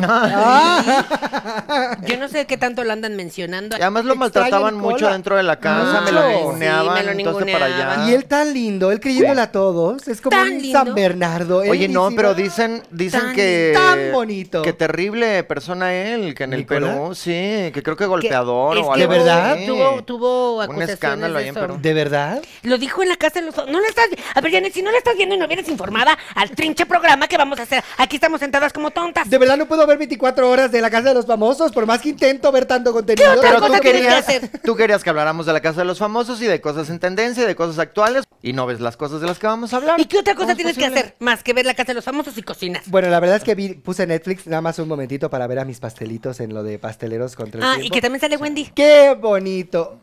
Speaker 1: Ah.
Speaker 2: Yo no sé qué tanto lo andan mencionando.
Speaker 3: Y además lo
Speaker 1: Extraño
Speaker 3: maltrataban
Speaker 1: Nicola.
Speaker 3: mucho dentro de la casa, me lo
Speaker 1: Mucho.
Speaker 3: ninguneaban,
Speaker 2: Sí, me lo
Speaker 3: entonces para allá.
Speaker 2: ninguneaban.
Speaker 1: Y él tan lindo, él creyéndole a todos. Es como
Speaker 2: Tan
Speaker 1: un
Speaker 2: lindo.
Speaker 1: San Bernardo. él
Speaker 3: Oye, no,
Speaker 1: dice,
Speaker 3: pero dicen, dicen
Speaker 2: Tan-
Speaker 3: que.
Speaker 1: tan bonito.
Speaker 3: Que terrible persona él, que en el
Speaker 1: ¿Nicola?
Speaker 3: Perú, sí, que creo que
Speaker 2: Que-
Speaker 3: golpeador
Speaker 2: es
Speaker 3: o
Speaker 2: que este
Speaker 3: algo
Speaker 1: ¿De verdad?
Speaker 3: así.
Speaker 2: Tuvo, tuvo
Speaker 3: Un
Speaker 2: acusaciones
Speaker 3: escándalo
Speaker 2: de
Speaker 3: ahí en
Speaker 2: eso.
Speaker 3: Perú.
Speaker 1: ¿De verdad?
Speaker 2: Lo dijo en la casa de los... No lo estás... A ver, Janet, si no lo estás viendo y no vienes informada al trinche programa que vamos a hacer. Aquí estamos sentadas como tontas.
Speaker 1: De verdad no puedo ver 24 horas de la casa de los famosos, por más que intento ver tanto contenido.
Speaker 2: otra
Speaker 1: Pero
Speaker 3: Pero
Speaker 1: tú-
Speaker 2: cosa?
Speaker 3: tú
Speaker 2: tienes que
Speaker 3: querías,
Speaker 2: hacer.
Speaker 3: tú querías que habláramos de la casa de los famosos y de cosas en tendencia y de cosas actuales y no ves las cosas de las que vamos a hablar.
Speaker 2: ¿Y qué otra
Speaker 3: ¿Cómo
Speaker 2: cosa
Speaker 3: es
Speaker 2: tienes que
Speaker 3: posible?
Speaker 2: hacer más que ver la casa de los famosos y cocinas?
Speaker 1: Bueno, la verdad es que vi- puse Netflix nada más un momentito para ver a mis pastelitos en lo de pasteleros contra el
Speaker 2: Ah, y
Speaker 1: tiempo.
Speaker 2: que también sale Wendy.
Speaker 1: ¡Qué bonito!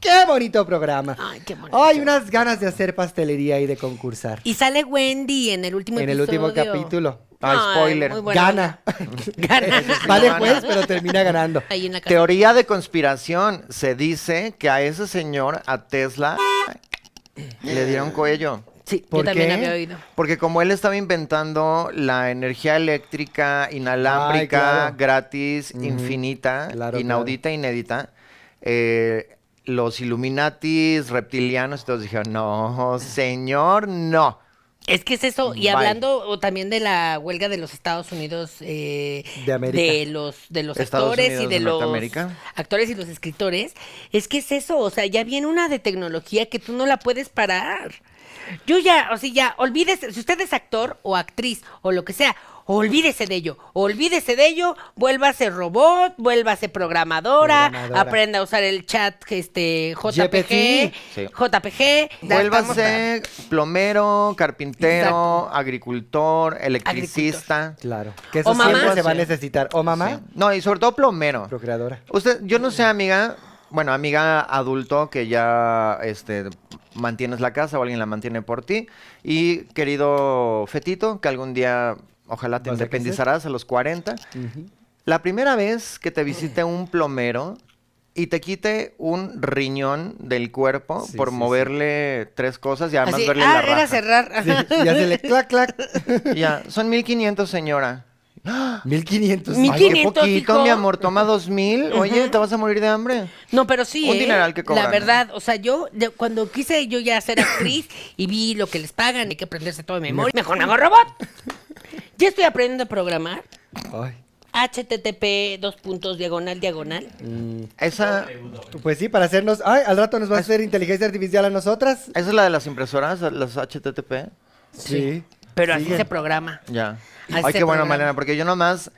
Speaker 1: ¡Qué bonito programa!
Speaker 2: Ay, qué bonito.
Speaker 1: Hay unas ganas de hacer pastelería y de concursar.
Speaker 2: Y sale Wendy en el último
Speaker 1: en el
Speaker 2: episodio.
Speaker 1: último capítulo. Ah,
Speaker 3: Ay, spoiler.
Speaker 2: muy buena
Speaker 1: Gana.
Speaker 2: *laughs* Gana.
Speaker 1: Va de
Speaker 3: gana.
Speaker 1: juez, pero termina ganando.
Speaker 2: Ahí en la casa.
Speaker 3: Teoría de conspiración. Se dice que a ese señor, a Tesla, le dieron cuello.
Speaker 2: Sí,
Speaker 1: ¿Por
Speaker 2: yo también
Speaker 1: qué?
Speaker 2: había oído.
Speaker 3: Porque como él estaba inventando la energía eléctrica inalámbrica,
Speaker 1: Ay, claro.
Speaker 3: gratis, infinita,
Speaker 1: Claro,
Speaker 3: inaudita, inédita, eh, los Illuminatis, reptilianos, todos dijeron, no, señor, no.
Speaker 2: Es que es eso, y
Speaker 3: Bye.
Speaker 2: hablando o también de la huelga de los Estados Unidos, eh,
Speaker 1: De América.
Speaker 2: de los, de los
Speaker 3: Estados
Speaker 2: actores
Speaker 3: Unidos
Speaker 2: y de
Speaker 3: de
Speaker 2: los
Speaker 3: Norteamérica.
Speaker 2: actores y los escritores, es que es eso, o sea, ya viene una de tecnología que tú no la puedes parar. Yo ya, o sea, ya, olvídese, si usted es actor o actriz o lo que sea, olvídese de ello, olvídese de ello, vuélvase robot, vuélvase programadora,
Speaker 1: Programadora.
Speaker 2: aprenda a usar el chat, este, JPG,
Speaker 3: Sí.
Speaker 2: JPG, ya estamos-
Speaker 3: Vuélvase plomero, carpintero,
Speaker 2: Exacto.
Speaker 3: agricultor, electricista.
Speaker 1: Claro. Que eso
Speaker 2: O mamá.
Speaker 1: siempre se va a
Speaker 3: Sí.
Speaker 1: necesitar. O mamá,
Speaker 3: Sí. No, y sobre todo plomero.
Speaker 1: procreadora.
Speaker 3: Usted, yo no sé, amiga, bueno, amiga adulto que ya este, mantienes la casa o alguien la mantiene por ti. Y querido Fetito, que algún día ojalá te
Speaker 1: ¿Vas a
Speaker 3: independizarás a los 40. La primera vez que te visite un plomero y te quite un riñón del cuerpo
Speaker 1: Sí,
Speaker 3: por
Speaker 1: sí, sí.
Speaker 3: moverle tres cosas y además
Speaker 2: Así,
Speaker 3: verle la
Speaker 2: ah,
Speaker 3: raja.
Speaker 2: era cerrar.
Speaker 1: Sí, ya se
Speaker 2: *laughs*
Speaker 1: le clac, clac.
Speaker 3: Ya, son 1500, señora.
Speaker 1: 1500.
Speaker 2: Mi-
Speaker 3: Ay, qué
Speaker 2: 500,
Speaker 3: poquito,
Speaker 2: hijo.
Speaker 3: mi amor, toma 2000. Oye, te vas a morir de hambre.
Speaker 2: No, pero sí.
Speaker 3: Un
Speaker 2: ¿eh?
Speaker 3: dineral que cobran.
Speaker 2: La verdad, o sea, yo de- cuando quise yo ya ser actriz y vi lo que les pagan, hay que aprenderse todo de memoria. Mejor me hago robot. Ya estoy aprendiendo a programar.
Speaker 1: Ay.
Speaker 2: HTTP, dos puntos, diagonal, diagonal.
Speaker 3: Esa,
Speaker 1: Pues sí, para hacernos. Ay, al rato nos va a hacer inteligencia artificial a nosotras.
Speaker 3: esa es la de las impresoras, las HTTP.
Speaker 1: Sí.
Speaker 2: Pero así
Speaker 1: Sigue.
Speaker 2: se programa.
Speaker 3: Ya.
Speaker 2: Así se
Speaker 3: Ay, qué bueno,
Speaker 2: Ah, este programa.
Speaker 3: Malena, porque yo nomás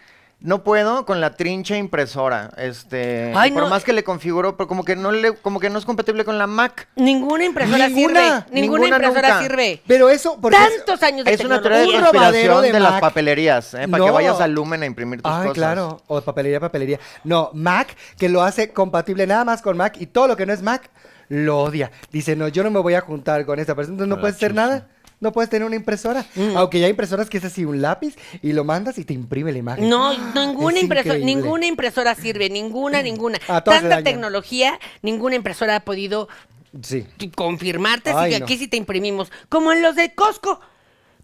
Speaker 3: No puedo con la trincha impresora. Este,
Speaker 2: Ay,
Speaker 3: por
Speaker 2: no.
Speaker 3: más que le configuro, pero como que no le, como que no es compatible con la Mac.
Speaker 2: Ninguna impresora
Speaker 3: Ninguna,
Speaker 2: sirve. Ninguna,
Speaker 3: ninguna
Speaker 2: impresora
Speaker 3: nunca.
Speaker 2: sirve.
Speaker 1: Pero eso, porque
Speaker 2: Tantos años de
Speaker 3: Es una teoría
Speaker 2: tecnología.
Speaker 3: de
Speaker 1: Un robadero
Speaker 3: conspiración
Speaker 1: de
Speaker 3: de, las
Speaker 1: Mac.
Speaker 3: papelerías, ¿eh? para que
Speaker 1: No.
Speaker 3: vayas a Lumen a imprimir tus
Speaker 1: Ah,
Speaker 3: cosas.
Speaker 1: claro. O papelería, papelería. No, Mac, que lo hace compatible nada más con Mac y todo lo que no es Mac, lo odia. Dice, no, yo no me voy a juntar con esta persona. Entonces no
Speaker 3: La
Speaker 1: puedes hacer
Speaker 3: chucha.
Speaker 1: nada. No puedes tener una impresora.
Speaker 2: Mm.
Speaker 1: Aunque ya hay impresoras que es así un lápiz y lo mandas y te imprime la imagen.
Speaker 2: No, ninguna
Speaker 1: Es
Speaker 2: impresora,
Speaker 1: increíble.
Speaker 2: ninguna impresora sirve, ninguna, ninguna.
Speaker 1: A todas se
Speaker 2: Tanta
Speaker 1: dañan.
Speaker 2: tecnología, ninguna impresora ha podido
Speaker 1: Sí.
Speaker 2: t- confirmarte
Speaker 1: Ay,
Speaker 2: si
Speaker 1: no.
Speaker 2: aquí sí te imprimimos, como en los de Costco.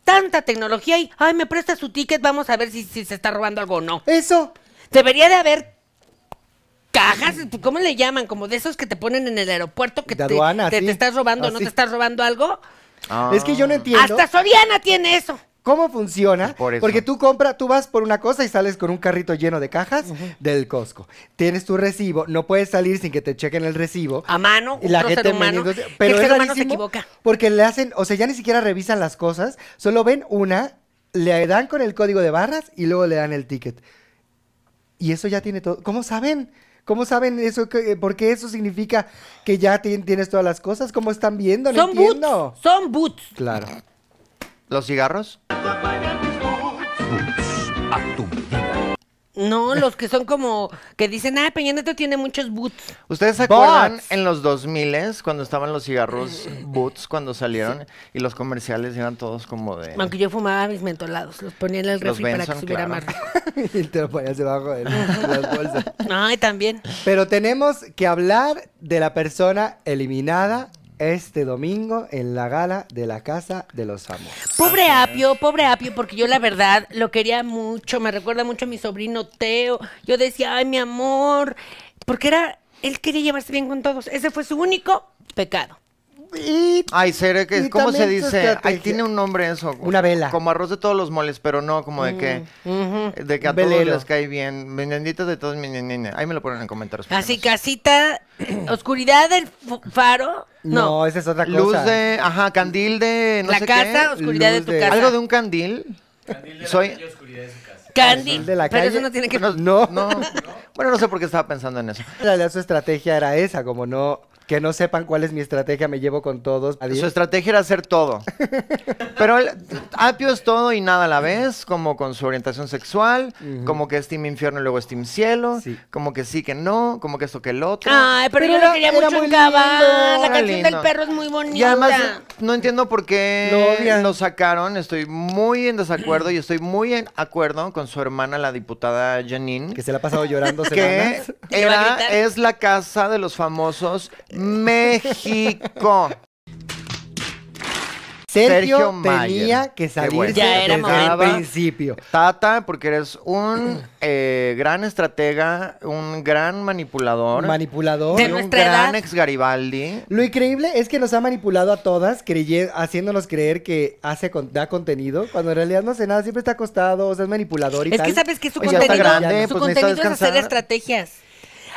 Speaker 2: Tanta tecnología y, ay, me presta su ticket, vamos a ver si, si se está robando algo o no.
Speaker 1: Eso.
Speaker 2: Debería de haber cajas, ¿cómo le llaman? Como de esos que te ponen en el aeropuerto que
Speaker 1: De
Speaker 2: te,
Speaker 1: aduana,
Speaker 2: te,
Speaker 1: sí.
Speaker 2: te estás robando, no
Speaker 1: Así.
Speaker 2: te estás robando algo.
Speaker 3: Ah.
Speaker 1: Es que yo no entiendo.
Speaker 2: Hasta Soriana tiene eso.
Speaker 1: ¿Cómo funciona?
Speaker 3: Por eso.
Speaker 1: Porque tú compras, tú vas por una cosa y sales con un carrito lleno de cajas del Costco. Tienes tu recibo, no puedes salir sin que te chequen el recibo.
Speaker 2: A mano,
Speaker 1: Y la
Speaker 2: otro
Speaker 1: gente
Speaker 2: ser humano,
Speaker 1: menudo-
Speaker 2: que
Speaker 1: pero
Speaker 2: el
Speaker 1: es
Speaker 2: ser humano se
Speaker 1: rarísimo
Speaker 2: equivoca.
Speaker 1: Porque le hacen, o sea, ya ni siquiera revisan las cosas, solo ven una, le dan con el código de barras y luego le dan el ticket. Y eso ya tiene todo. ¿Cómo saben? ¿Cómo saben eso? que- eh, ¿Por qué eso significa que ya tien- tienes todas las cosas? ¿Cómo están viendo? No
Speaker 2: Son
Speaker 1: entiendo.
Speaker 2: boots, son boots.
Speaker 1: Claro. *laughs*
Speaker 3: ¿Los cigarros?
Speaker 1: *laughs*
Speaker 2: No, los que son como que dicen, ah, Peña Nieto tiene muchos boots.
Speaker 3: ¿Ustedes se acuerdan
Speaker 1: Butts.
Speaker 3: en los 2000 cuando estaban
Speaker 2: *clears throat*
Speaker 3: los cigarros Boots cuando salieron y los comerciales eran todos como de
Speaker 2: Aunque yo fumaba mis mentolados, los ponía en el
Speaker 3: Los
Speaker 2: refri para que
Speaker 3: Benson,
Speaker 2: estuviera
Speaker 3: claro.
Speaker 2: más rico.
Speaker 1: y te lo ponías debajo de las bolsas.
Speaker 2: Ay, también.
Speaker 1: Pero tenemos que hablar de la persona eliminada este domingo en la gala de la Casa de los Amos.
Speaker 2: Pobre Apio, pobre Apio, porque yo la verdad lo quería mucho, me recuerda mucho a mi sobrino Teo. Yo decía, ay, mi amor, porque era, él quería llevarse bien con todos. Ese fue su único pecado.
Speaker 1: Y
Speaker 3: Ay, seré que
Speaker 1: Y
Speaker 3: ¿cómo se
Speaker 1: también su
Speaker 3: dice? Ay,
Speaker 1: estrategia.
Speaker 3: tiene un nombre eso. güey.
Speaker 1: Una vela.
Speaker 3: Como arroz de todos los moles, pero no como de que de que a
Speaker 1: Un velero.
Speaker 3: todos les cae bien. Menenditas de todos, mi nene. Ahí me lo ponen en comentarios. por
Speaker 2: Así,
Speaker 1: *clears throat*
Speaker 3: favor.
Speaker 2: casita, oscuridad del fu- faro.
Speaker 1: no,
Speaker 2: No,
Speaker 1: esa es otra cosa.
Speaker 3: Luz de, ajá, candil de no
Speaker 2: la
Speaker 3: sé
Speaker 2: casa,
Speaker 3: qué.
Speaker 2: oscuridad de
Speaker 1: luz
Speaker 2: tu
Speaker 1: de-
Speaker 2: casa.
Speaker 3: Algo de un candil. Soy
Speaker 2: Candy.
Speaker 1: de la
Speaker 2: pero
Speaker 1: calle.
Speaker 2: eso no tiene que
Speaker 1: No,
Speaker 3: *laughs* no, no. Bueno, no sé por qué estaba pensando en eso.
Speaker 1: En realidad su estrategia era esa, como no que no sepan cuál es mi estrategia, me llevo con todos. Nadie-
Speaker 3: Su estrategia era hacer
Speaker 1: *laughs*
Speaker 3: todo. Pero el- Apio es todo y nada a la vez, como con su orientación sexual, como que es Team Infierno y luego es Team Cielo,
Speaker 1: Sí.
Speaker 3: como que sí, que no, como que esto, que el otro.
Speaker 2: Ay, pero,
Speaker 1: Pero
Speaker 2: yo
Speaker 1: era-
Speaker 2: lo quería
Speaker 1: era
Speaker 2: mucho
Speaker 1: muy
Speaker 2: en Cabá.
Speaker 1: lindo,
Speaker 2: La
Speaker 3: era
Speaker 2: canción
Speaker 3: lindo.
Speaker 2: del perro es muy bonita.
Speaker 3: Y además, no entiendo por qué
Speaker 1: Lo odian.
Speaker 3: lo sacaron. Estoy muy en desacuerdo y estoy muy en acuerdo con su hermana, la diputada Janine.
Speaker 1: que se la ha pasado llorando
Speaker 3: que
Speaker 1: semanas.
Speaker 2: *laughs* ¿Que le va a
Speaker 3: era,
Speaker 2: gritar?
Speaker 3: es la casa de los famosos México.
Speaker 1: Sergio,
Speaker 3: Sergio Mayer.
Speaker 1: tenía que
Speaker 3: Qué
Speaker 1: salirse
Speaker 3: bueno.
Speaker 2: Ya era
Speaker 1: desde el
Speaker 3: momento.
Speaker 1: principio.
Speaker 3: Tata, porque eres un eh, gran estratega, un gran manipulador,
Speaker 1: Manipulador.
Speaker 2: De
Speaker 3: y un
Speaker 2: nuestra edad.
Speaker 3: gran ex Garibaldi.
Speaker 1: Lo increíble es que nos ha manipulado a todas, creye- haciéndonos creer que hace con- da contenido, cuando en realidad no hace nada, siempre está acostado, o sea, es manipulador y
Speaker 2: Es
Speaker 1: tal.
Speaker 2: que sabes que su
Speaker 3: Oye, Pues ya está
Speaker 2: contenido,
Speaker 3: grande,
Speaker 2: su
Speaker 3: pues necesita
Speaker 2: contenido es hacer
Speaker 3: descansar.
Speaker 2: estrategias.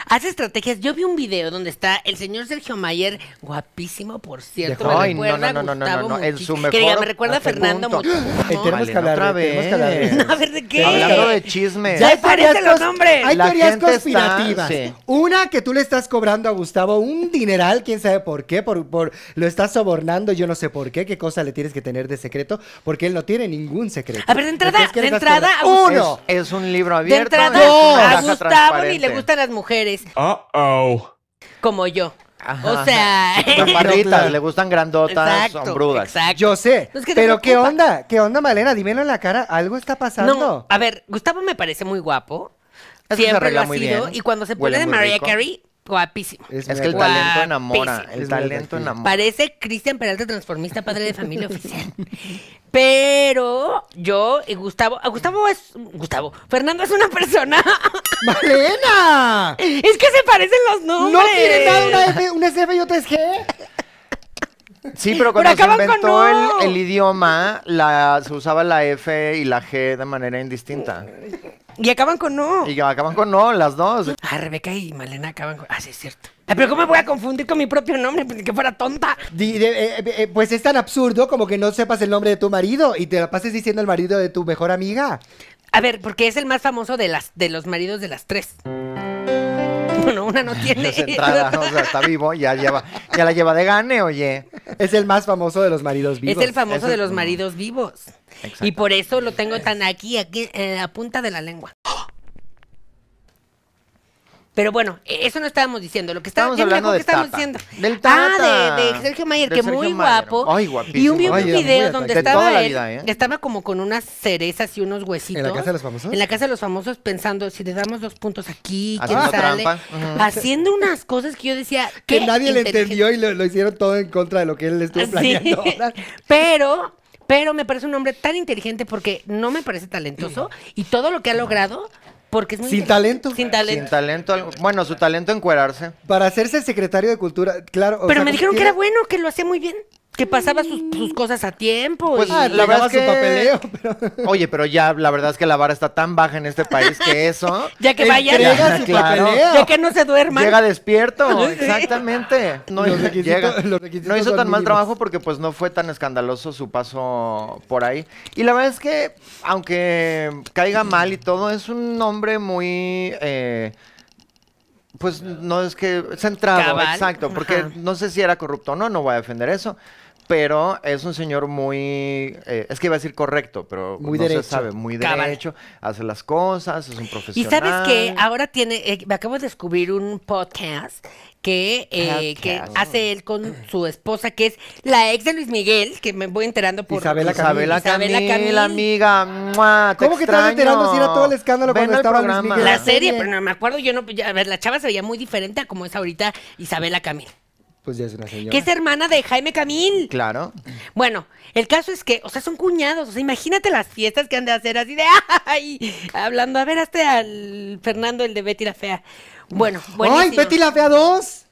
Speaker 2: Hace estrategias. Yo vi un video donde está el señor Sergio Mayer, guapísimo, por cierto.
Speaker 1: Dejó-
Speaker 2: Me
Speaker 3: Ay, no,
Speaker 2: recuerda
Speaker 3: no, no, no, no,
Speaker 2: Gustavo
Speaker 3: no, en
Speaker 2: muchísimo.
Speaker 3: su
Speaker 2: Que diga,
Speaker 3: mejor
Speaker 2: me recuerda a Fernando
Speaker 3: *gasps* punto.
Speaker 1: Eh, tenemos,
Speaker 3: Vale,
Speaker 1: que hablar
Speaker 3: otra
Speaker 1: de- tenemos que hablar de
Speaker 3: vez.
Speaker 1: eso.
Speaker 2: *laughs* A ver, ¿de qué?
Speaker 3: Hablando de chismes.
Speaker 2: Ya
Speaker 1: hay teorías
Speaker 2: aparecen los
Speaker 1: cons-
Speaker 2: nombres.
Speaker 1: Hay
Speaker 3: La
Speaker 1: teorías
Speaker 3: gente está-
Speaker 1: conspirativas.
Speaker 3: sí.
Speaker 1: Una que tú le estás cobrando a Gustavo un dineral, quién sabe por qué, por, por- lo estás sobornando, yo no sé por qué, qué cosa le tienes que tener de secreto, porque él no tiene ningún secreto.
Speaker 2: A ver, de entrada-
Speaker 1: Entonces, ¿qué le
Speaker 2: de
Speaker 1: estás
Speaker 2: entrada,
Speaker 1: cobrando?
Speaker 2: Agus-
Speaker 1: uno.
Speaker 3: Es, es un libro
Speaker 2: De
Speaker 3: abierto.
Speaker 2: entrada,
Speaker 3: es una
Speaker 2: a
Speaker 3: caja
Speaker 2: Gustavo
Speaker 3: transparente.
Speaker 2: ni le gustan las mujeres,
Speaker 5: Uh-oh.
Speaker 2: como yo.
Speaker 3: Ajá.
Speaker 2: O sea... *laughs*
Speaker 3: Chaparritas, le gustan grandotas,
Speaker 2: Exacto,
Speaker 3: sombrudas.
Speaker 2: exacto.
Speaker 1: Yo sé,
Speaker 2: Es que te
Speaker 1: pero ¿qué
Speaker 2: preocupa.
Speaker 1: onda? ¿Qué onda, Malena? Dímelo en la cara, algo está pasando.
Speaker 2: No, a ver, Gustavo me parece muy guapo.
Speaker 3: Es que se
Speaker 2: Siempre lo
Speaker 3: arregla
Speaker 2: ha
Speaker 3: muy
Speaker 2: sido.
Speaker 3: bien,
Speaker 2: Y cuando se
Speaker 3: huele
Speaker 2: pone de
Speaker 3: muy
Speaker 2: Mariah
Speaker 3: rico.
Speaker 2: Carey, guapísimo.
Speaker 1: Es
Speaker 3: Es que el
Speaker 1: muy-
Speaker 3: talento enamora.
Speaker 2: Guapísimo.
Speaker 3: El
Speaker 1: Es muy
Speaker 3: talento
Speaker 1: atractivo.
Speaker 3: enamora.
Speaker 2: Parece Cristian Peralta, transformista, padre de familia oficial. Pero yo y Gustavo, a Gustavo es. Gustavo, Fernando es una persona.
Speaker 1: *laughs*
Speaker 2: *laughs*
Speaker 1: ¡Malena!
Speaker 2: es que se parecen los nombres.
Speaker 1: ¿No tiene nada una, F, una SF y otra es G?
Speaker 3: Sí,
Speaker 2: Pero
Speaker 3: pero cuando se
Speaker 2: acaban con
Speaker 3: inventó
Speaker 2: no.
Speaker 3: el, el idioma, la, se usaba la F y la G de manera indistinta.
Speaker 2: Y acaban con no.
Speaker 3: Y acaban con no, las dos.
Speaker 2: Ah, Rebeca y Malena acaban con. Ah, sí, es cierto. Ay, pero ¿cómo me voy a confundir con mi propio nombre? Pues ni que fuera tonta.
Speaker 1: Di- de- eh, eh, eh, pues es tan absurdo como que no sepas el nombre de tu marido y te la pases diciendo el marido de tu mejor amiga.
Speaker 2: A ver, porque es el más famoso de las de los maridos de las tres. Bueno, una no tiene. *laughs*
Speaker 3: Es entrada, o sea, está vivo, ya, lleva, ya la lleva de gane, oye.
Speaker 1: Es el más famoso de los maridos vivos.
Speaker 2: es el famoso
Speaker 3: es
Speaker 2: de
Speaker 3: el-
Speaker 2: los maridos vivos. Y por eso lo tengo tan aquí, aquí, en la punta de la lengua. Pero bueno, e- eso no estábamos diciendo. Lo que está-
Speaker 3: Estábamos
Speaker 2: ya me
Speaker 3: hablando
Speaker 2: acuerdo
Speaker 3: del
Speaker 2: que estábamos
Speaker 3: Tata.
Speaker 2: diciendo.
Speaker 3: Del
Speaker 2: Ah,
Speaker 3: Tata.
Speaker 2: de, de Sergio Mayer,
Speaker 3: De
Speaker 2: que
Speaker 3: Sergio
Speaker 2: muy
Speaker 3: Mayer.
Speaker 2: guapo.
Speaker 3: Ay,
Speaker 2: y un,
Speaker 3: guapísimo.
Speaker 2: vi un
Speaker 1: Ay, era muy
Speaker 2: video donde
Speaker 1: atractivo.
Speaker 3: De toda
Speaker 2: estaba
Speaker 3: la
Speaker 2: él,
Speaker 3: vida, ¿eh?
Speaker 2: estaba como con unas cerezas y unos huesitos.
Speaker 1: Casa de los Famosos?
Speaker 2: En la casa de los famosos pensando, si le damos dos puntos aquí, ¿quién
Speaker 3: Haciendo
Speaker 2: sale?
Speaker 3: trampa. Ujú.
Speaker 2: Haciendo unas cosas que yo decía...
Speaker 1: Que
Speaker 2: qué
Speaker 1: nadie le
Speaker 2: inteligente. Ah,
Speaker 1: entendió y lo, lo hicieron todo en contra de lo que él estuvo
Speaker 2: Sí. *laughs*
Speaker 1: planeando. ahora.
Speaker 2: Pero, pero me parece un hombre tan inteligente porque no me parece talentoso y todo lo que ha logrado porque es muy
Speaker 1: Sin
Speaker 2: inteligente.
Speaker 1: talento.
Speaker 2: Sin
Speaker 3: Sin
Speaker 2: talento.
Speaker 3: talento, algo- bueno, su talento encuerarse.
Speaker 1: Para hacerse el secretario de Cultura, claro. o
Speaker 2: pero
Speaker 1: sea,
Speaker 2: me
Speaker 1: como
Speaker 2: dijeron que
Speaker 1: tiene-
Speaker 2: era bueno, que lo hacía muy bien, que pasaba sus, sus cosas a tiempo.
Speaker 3: Pues
Speaker 2: y-
Speaker 1: Ah,
Speaker 3: la verdad es que...
Speaker 1: pegaba su papeleo,
Speaker 3: Oye, pero ya la verdad es que la vara está tan baja en este país que eso...
Speaker 2: ya que
Speaker 1: Él
Speaker 2: vayan,
Speaker 1: entrega
Speaker 2: ya,
Speaker 1: su
Speaker 3: *laughs* claro.
Speaker 1: papeleo.
Speaker 2: que no se duerman.
Speaker 3: Llega
Speaker 2: *laughs*
Speaker 3: despierto,
Speaker 2: Sí.
Speaker 3: exactamente. No,
Speaker 1: Los
Speaker 3: hizo-
Speaker 1: requisitos-
Speaker 3: llega.
Speaker 1: los requisitos
Speaker 3: No hizo
Speaker 1: son
Speaker 3: tan mal
Speaker 1: mínimos.
Speaker 3: trabajo porque pues no fue tan escandaloso su paso por ahí. Y la verdad es que, aunque caiga mal y todo, es un hombre muy... eh, pues no es que... Centrado,
Speaker 2: Cabal.
Speaker 3: exacto. Porque
Speaker 2: Ajá.
Speaker 3: no sé si era corrupto o no, no voy a defender eso. Pero es un señor muy... eh, es que iba a decir correcto, pero
Speaker 1: Muy
Speaker 3: no
Speaker 1: derecho.
Speaker 3: se sabe. Muy
Speaker 2: Cabal.
Speaker 3: derecho, hace las cosas, es un
Speaker 2: Y
Speaker 3: profesional.
Speaker 2: sabes que ahora tiene, eh, me acabo de descubrir un podcast que,
Speaker 1: Ah,
Speaker 2: eh, que
Speaker 3: Podcast.
Speaker 2: hace él con su esposa, que es la ex de Luis Miguel, que me voy enterando por
Speaker 1: Isabela Camil.
Speaker 3: Isabela Camil,
Speaker 2: Isabela Camil.
Speaker 3: amiga. ¡mua! Te
Speaker 1: ¿Cómo que estás
Speaker 3: extraño.
Speaker 1: enterando si era todo el escándalo
Speaker 3: Ven
Speaker 1: cuando
Speaker 3: al
Speaker 1: estaba Luis
Speaker 3: programa.
Speaker 1: Miguel?
Speaker 2: La
Speaker 1: Ah,
Speaker 2: serie,
Speaker 1: serie.
Speaker 2: pero no me acuerdo, yo no, pues, ya, a ver, la chava se veía muy diferente a como es ahorita Isabela Camil,
Speaker 1: Pues ya es una señora.
Speaker 2: que es hermana de Jaime Camil.
Speaker 3: Claro.
Speaker 2: Bueno, el caso es que, o sea, son cuñados, o sea, imagínate las fiestas que han de hacer así de, ay, hablando, a ver, hasta al Fernando, el de Betty la Fea. Bueno, bueno.
Speaker 1: ¡Ay, Betty la Fea 2!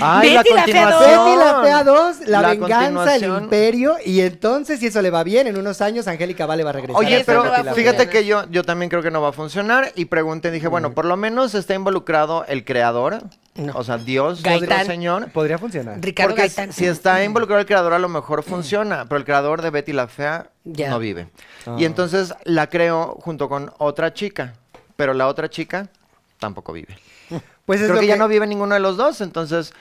Speaker 3: Ay, la
Speaker 2: Betty la Fea dos.
Speaker 3: continuación.
Speaker 1: Betty la Fea 2, La, Venganza, El
Speaker 3: continuación.
Speaker 1: Imperio, y entonces, si eso le va bien, en unos años Angélica Vale va a regresar.
Speaker 3: Oye,
Speaker 2: Eso
Speaker 3: pero
Speaker 2: no va a
Speaker 3: fíjate
Speaker 2: funcionar.
Speaker 3: que yo, yo también creo que no va a funcionar. Y pregunté, dije, bueno,
Speaker 1: Mm.
Speaker 3: por lo menos está involucrado el creador.
Speaker 2: No.
Speaker 3: O sea, Dios,
Speaker 2: Gaitán.
Speaker 3: nuestro Señor.
Speaker 1: Podría funcionar.
Speaker 2: Ricardo
Speaker 3: Porque
Speaker 2: Gaitán.
Speaker 3: si está involucrado el creador, a lo mejor funciona, pero el creador de Betty la Fea
Speaker 2: Ya.
Speaker 3: no vive.
Speaker 1: Ah.
Speaker 3: Y entonces la creo junto con otra chica, pero la otra chica tampoco vive.
Speaker 1: Pues es
Speaker 3: Creo
Speaker 1: lo
Speaker 3: que, ya no vive ninguno de los dos, entonces,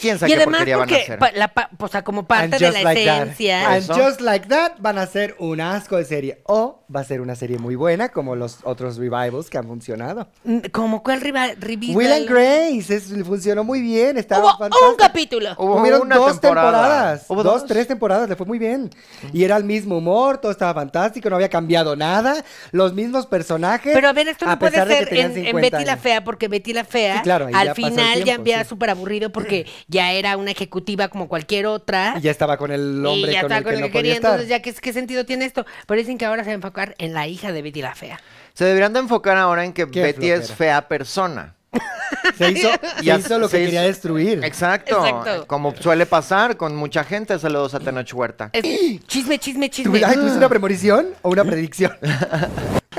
Speaker 3: quién sabe
Speaker 2: Y
Speaker 3: qué
Speaker 2: además
Speaker 3: porquería van a
Speaker 2: porque,
Speaker 3: hacer.
Speaker 2: pa- la pa- o sea, como parte
Speaker 1: And
Speaker 2: de
Speaker 1: just
Speaker 2: la
Speaker 1: like that.
Speaker 2: esencia.
Speaker 1: And
Speaker 3: Eso.
Speaker 1: just like that van a ser un asco de serie. O va a ser una serie muy buena, como los otros revivals que han funcionado.
Speaker 2: Mm, Como cuál rival, revival?
Speaker 1: Will and Grace es- funcionó muy bien, estaba
Speaker 2: Hubo
Speaker 1: fantástico.
Speaker 2: un capítulo.
Speaker 3: Hubo
Speaker 1: Hubieron
Speaker 3: una
Speaker 1: dos
Speaker 3: temporada.
Speaker 1: temporadas.
Speaker 3: Hubo
Speaker 1: dos,
Speaker 3: dos.
Speaker 1: tres temporadas, le fue muy bien. Y era el mismo humor, todo estaba fantástico, no había cambiado nada, los mismos personajes.
Speaker 2: Pero a ver, esto no puede
Speaker 1: pesar de que
Speaker 2: ser
Speaker 1: tenían
Speaker 2: en, en
Speaker 1: 50
Speaker 2: Betty la
Speaker 1: años.
Speaker 2: Fea, porque Betty la Fea
Speaker 1: Sí, claro, ahí ya
Speaker 2: al
Speaker 1: pasó el
Speaker 2: final ya
Speaker 1: tiempo,
Speaker 2: había
Speaker 1: sí.
Speaker 2: súper aburrido
Speaker 1: *clears throat*
Speaker 2: porque ya era una ejecutiva como cualquier otra.
Speaker 1: Y ya estaba con el hombre
Speaker 2: y ya
Speaker 1: con
Speaker 2: estaba
Speaker 1: el que no podía
Speaker 2: quería,
Speaker 1: estar.
Speaker 2: entonces ya ¿qué, qué sentido tiene esto. Pero dicen que ahora se va a enfocar en la hija de Betty la Fea.
Speaker 3: Se deberían de enfocar ahora en que
Speaker 1: Qué
Speaker 3: Betty es
Speaker 1: flojera.
Speaker 3: fea persona.
Speaker 1: Se
Speaker 2: *laughs*
Speaker 1: hizo, se
Speaker 3: Ya
Speaker 1: hizo lo
Speaker 3: se
Speaker 1: que
Speaker 3: hizo-
Speaker 1: quería destruir.
Speaker 3: Exacto.
Speaker 2: Exacto.
Speaker 3: Como suele pasar con mucha gente. Saludos a Tenoch Huerta.
Speaker 1: *clears throat*
Speaker 2: Es- chisme, chisme,
Speaker 1: ¿Tú,
Speaker 2: chisme.
Speaker 1: ay, ¿tú hiciste una premonición o una
Speaker 3: *laughs*
Speaker 1: predicción?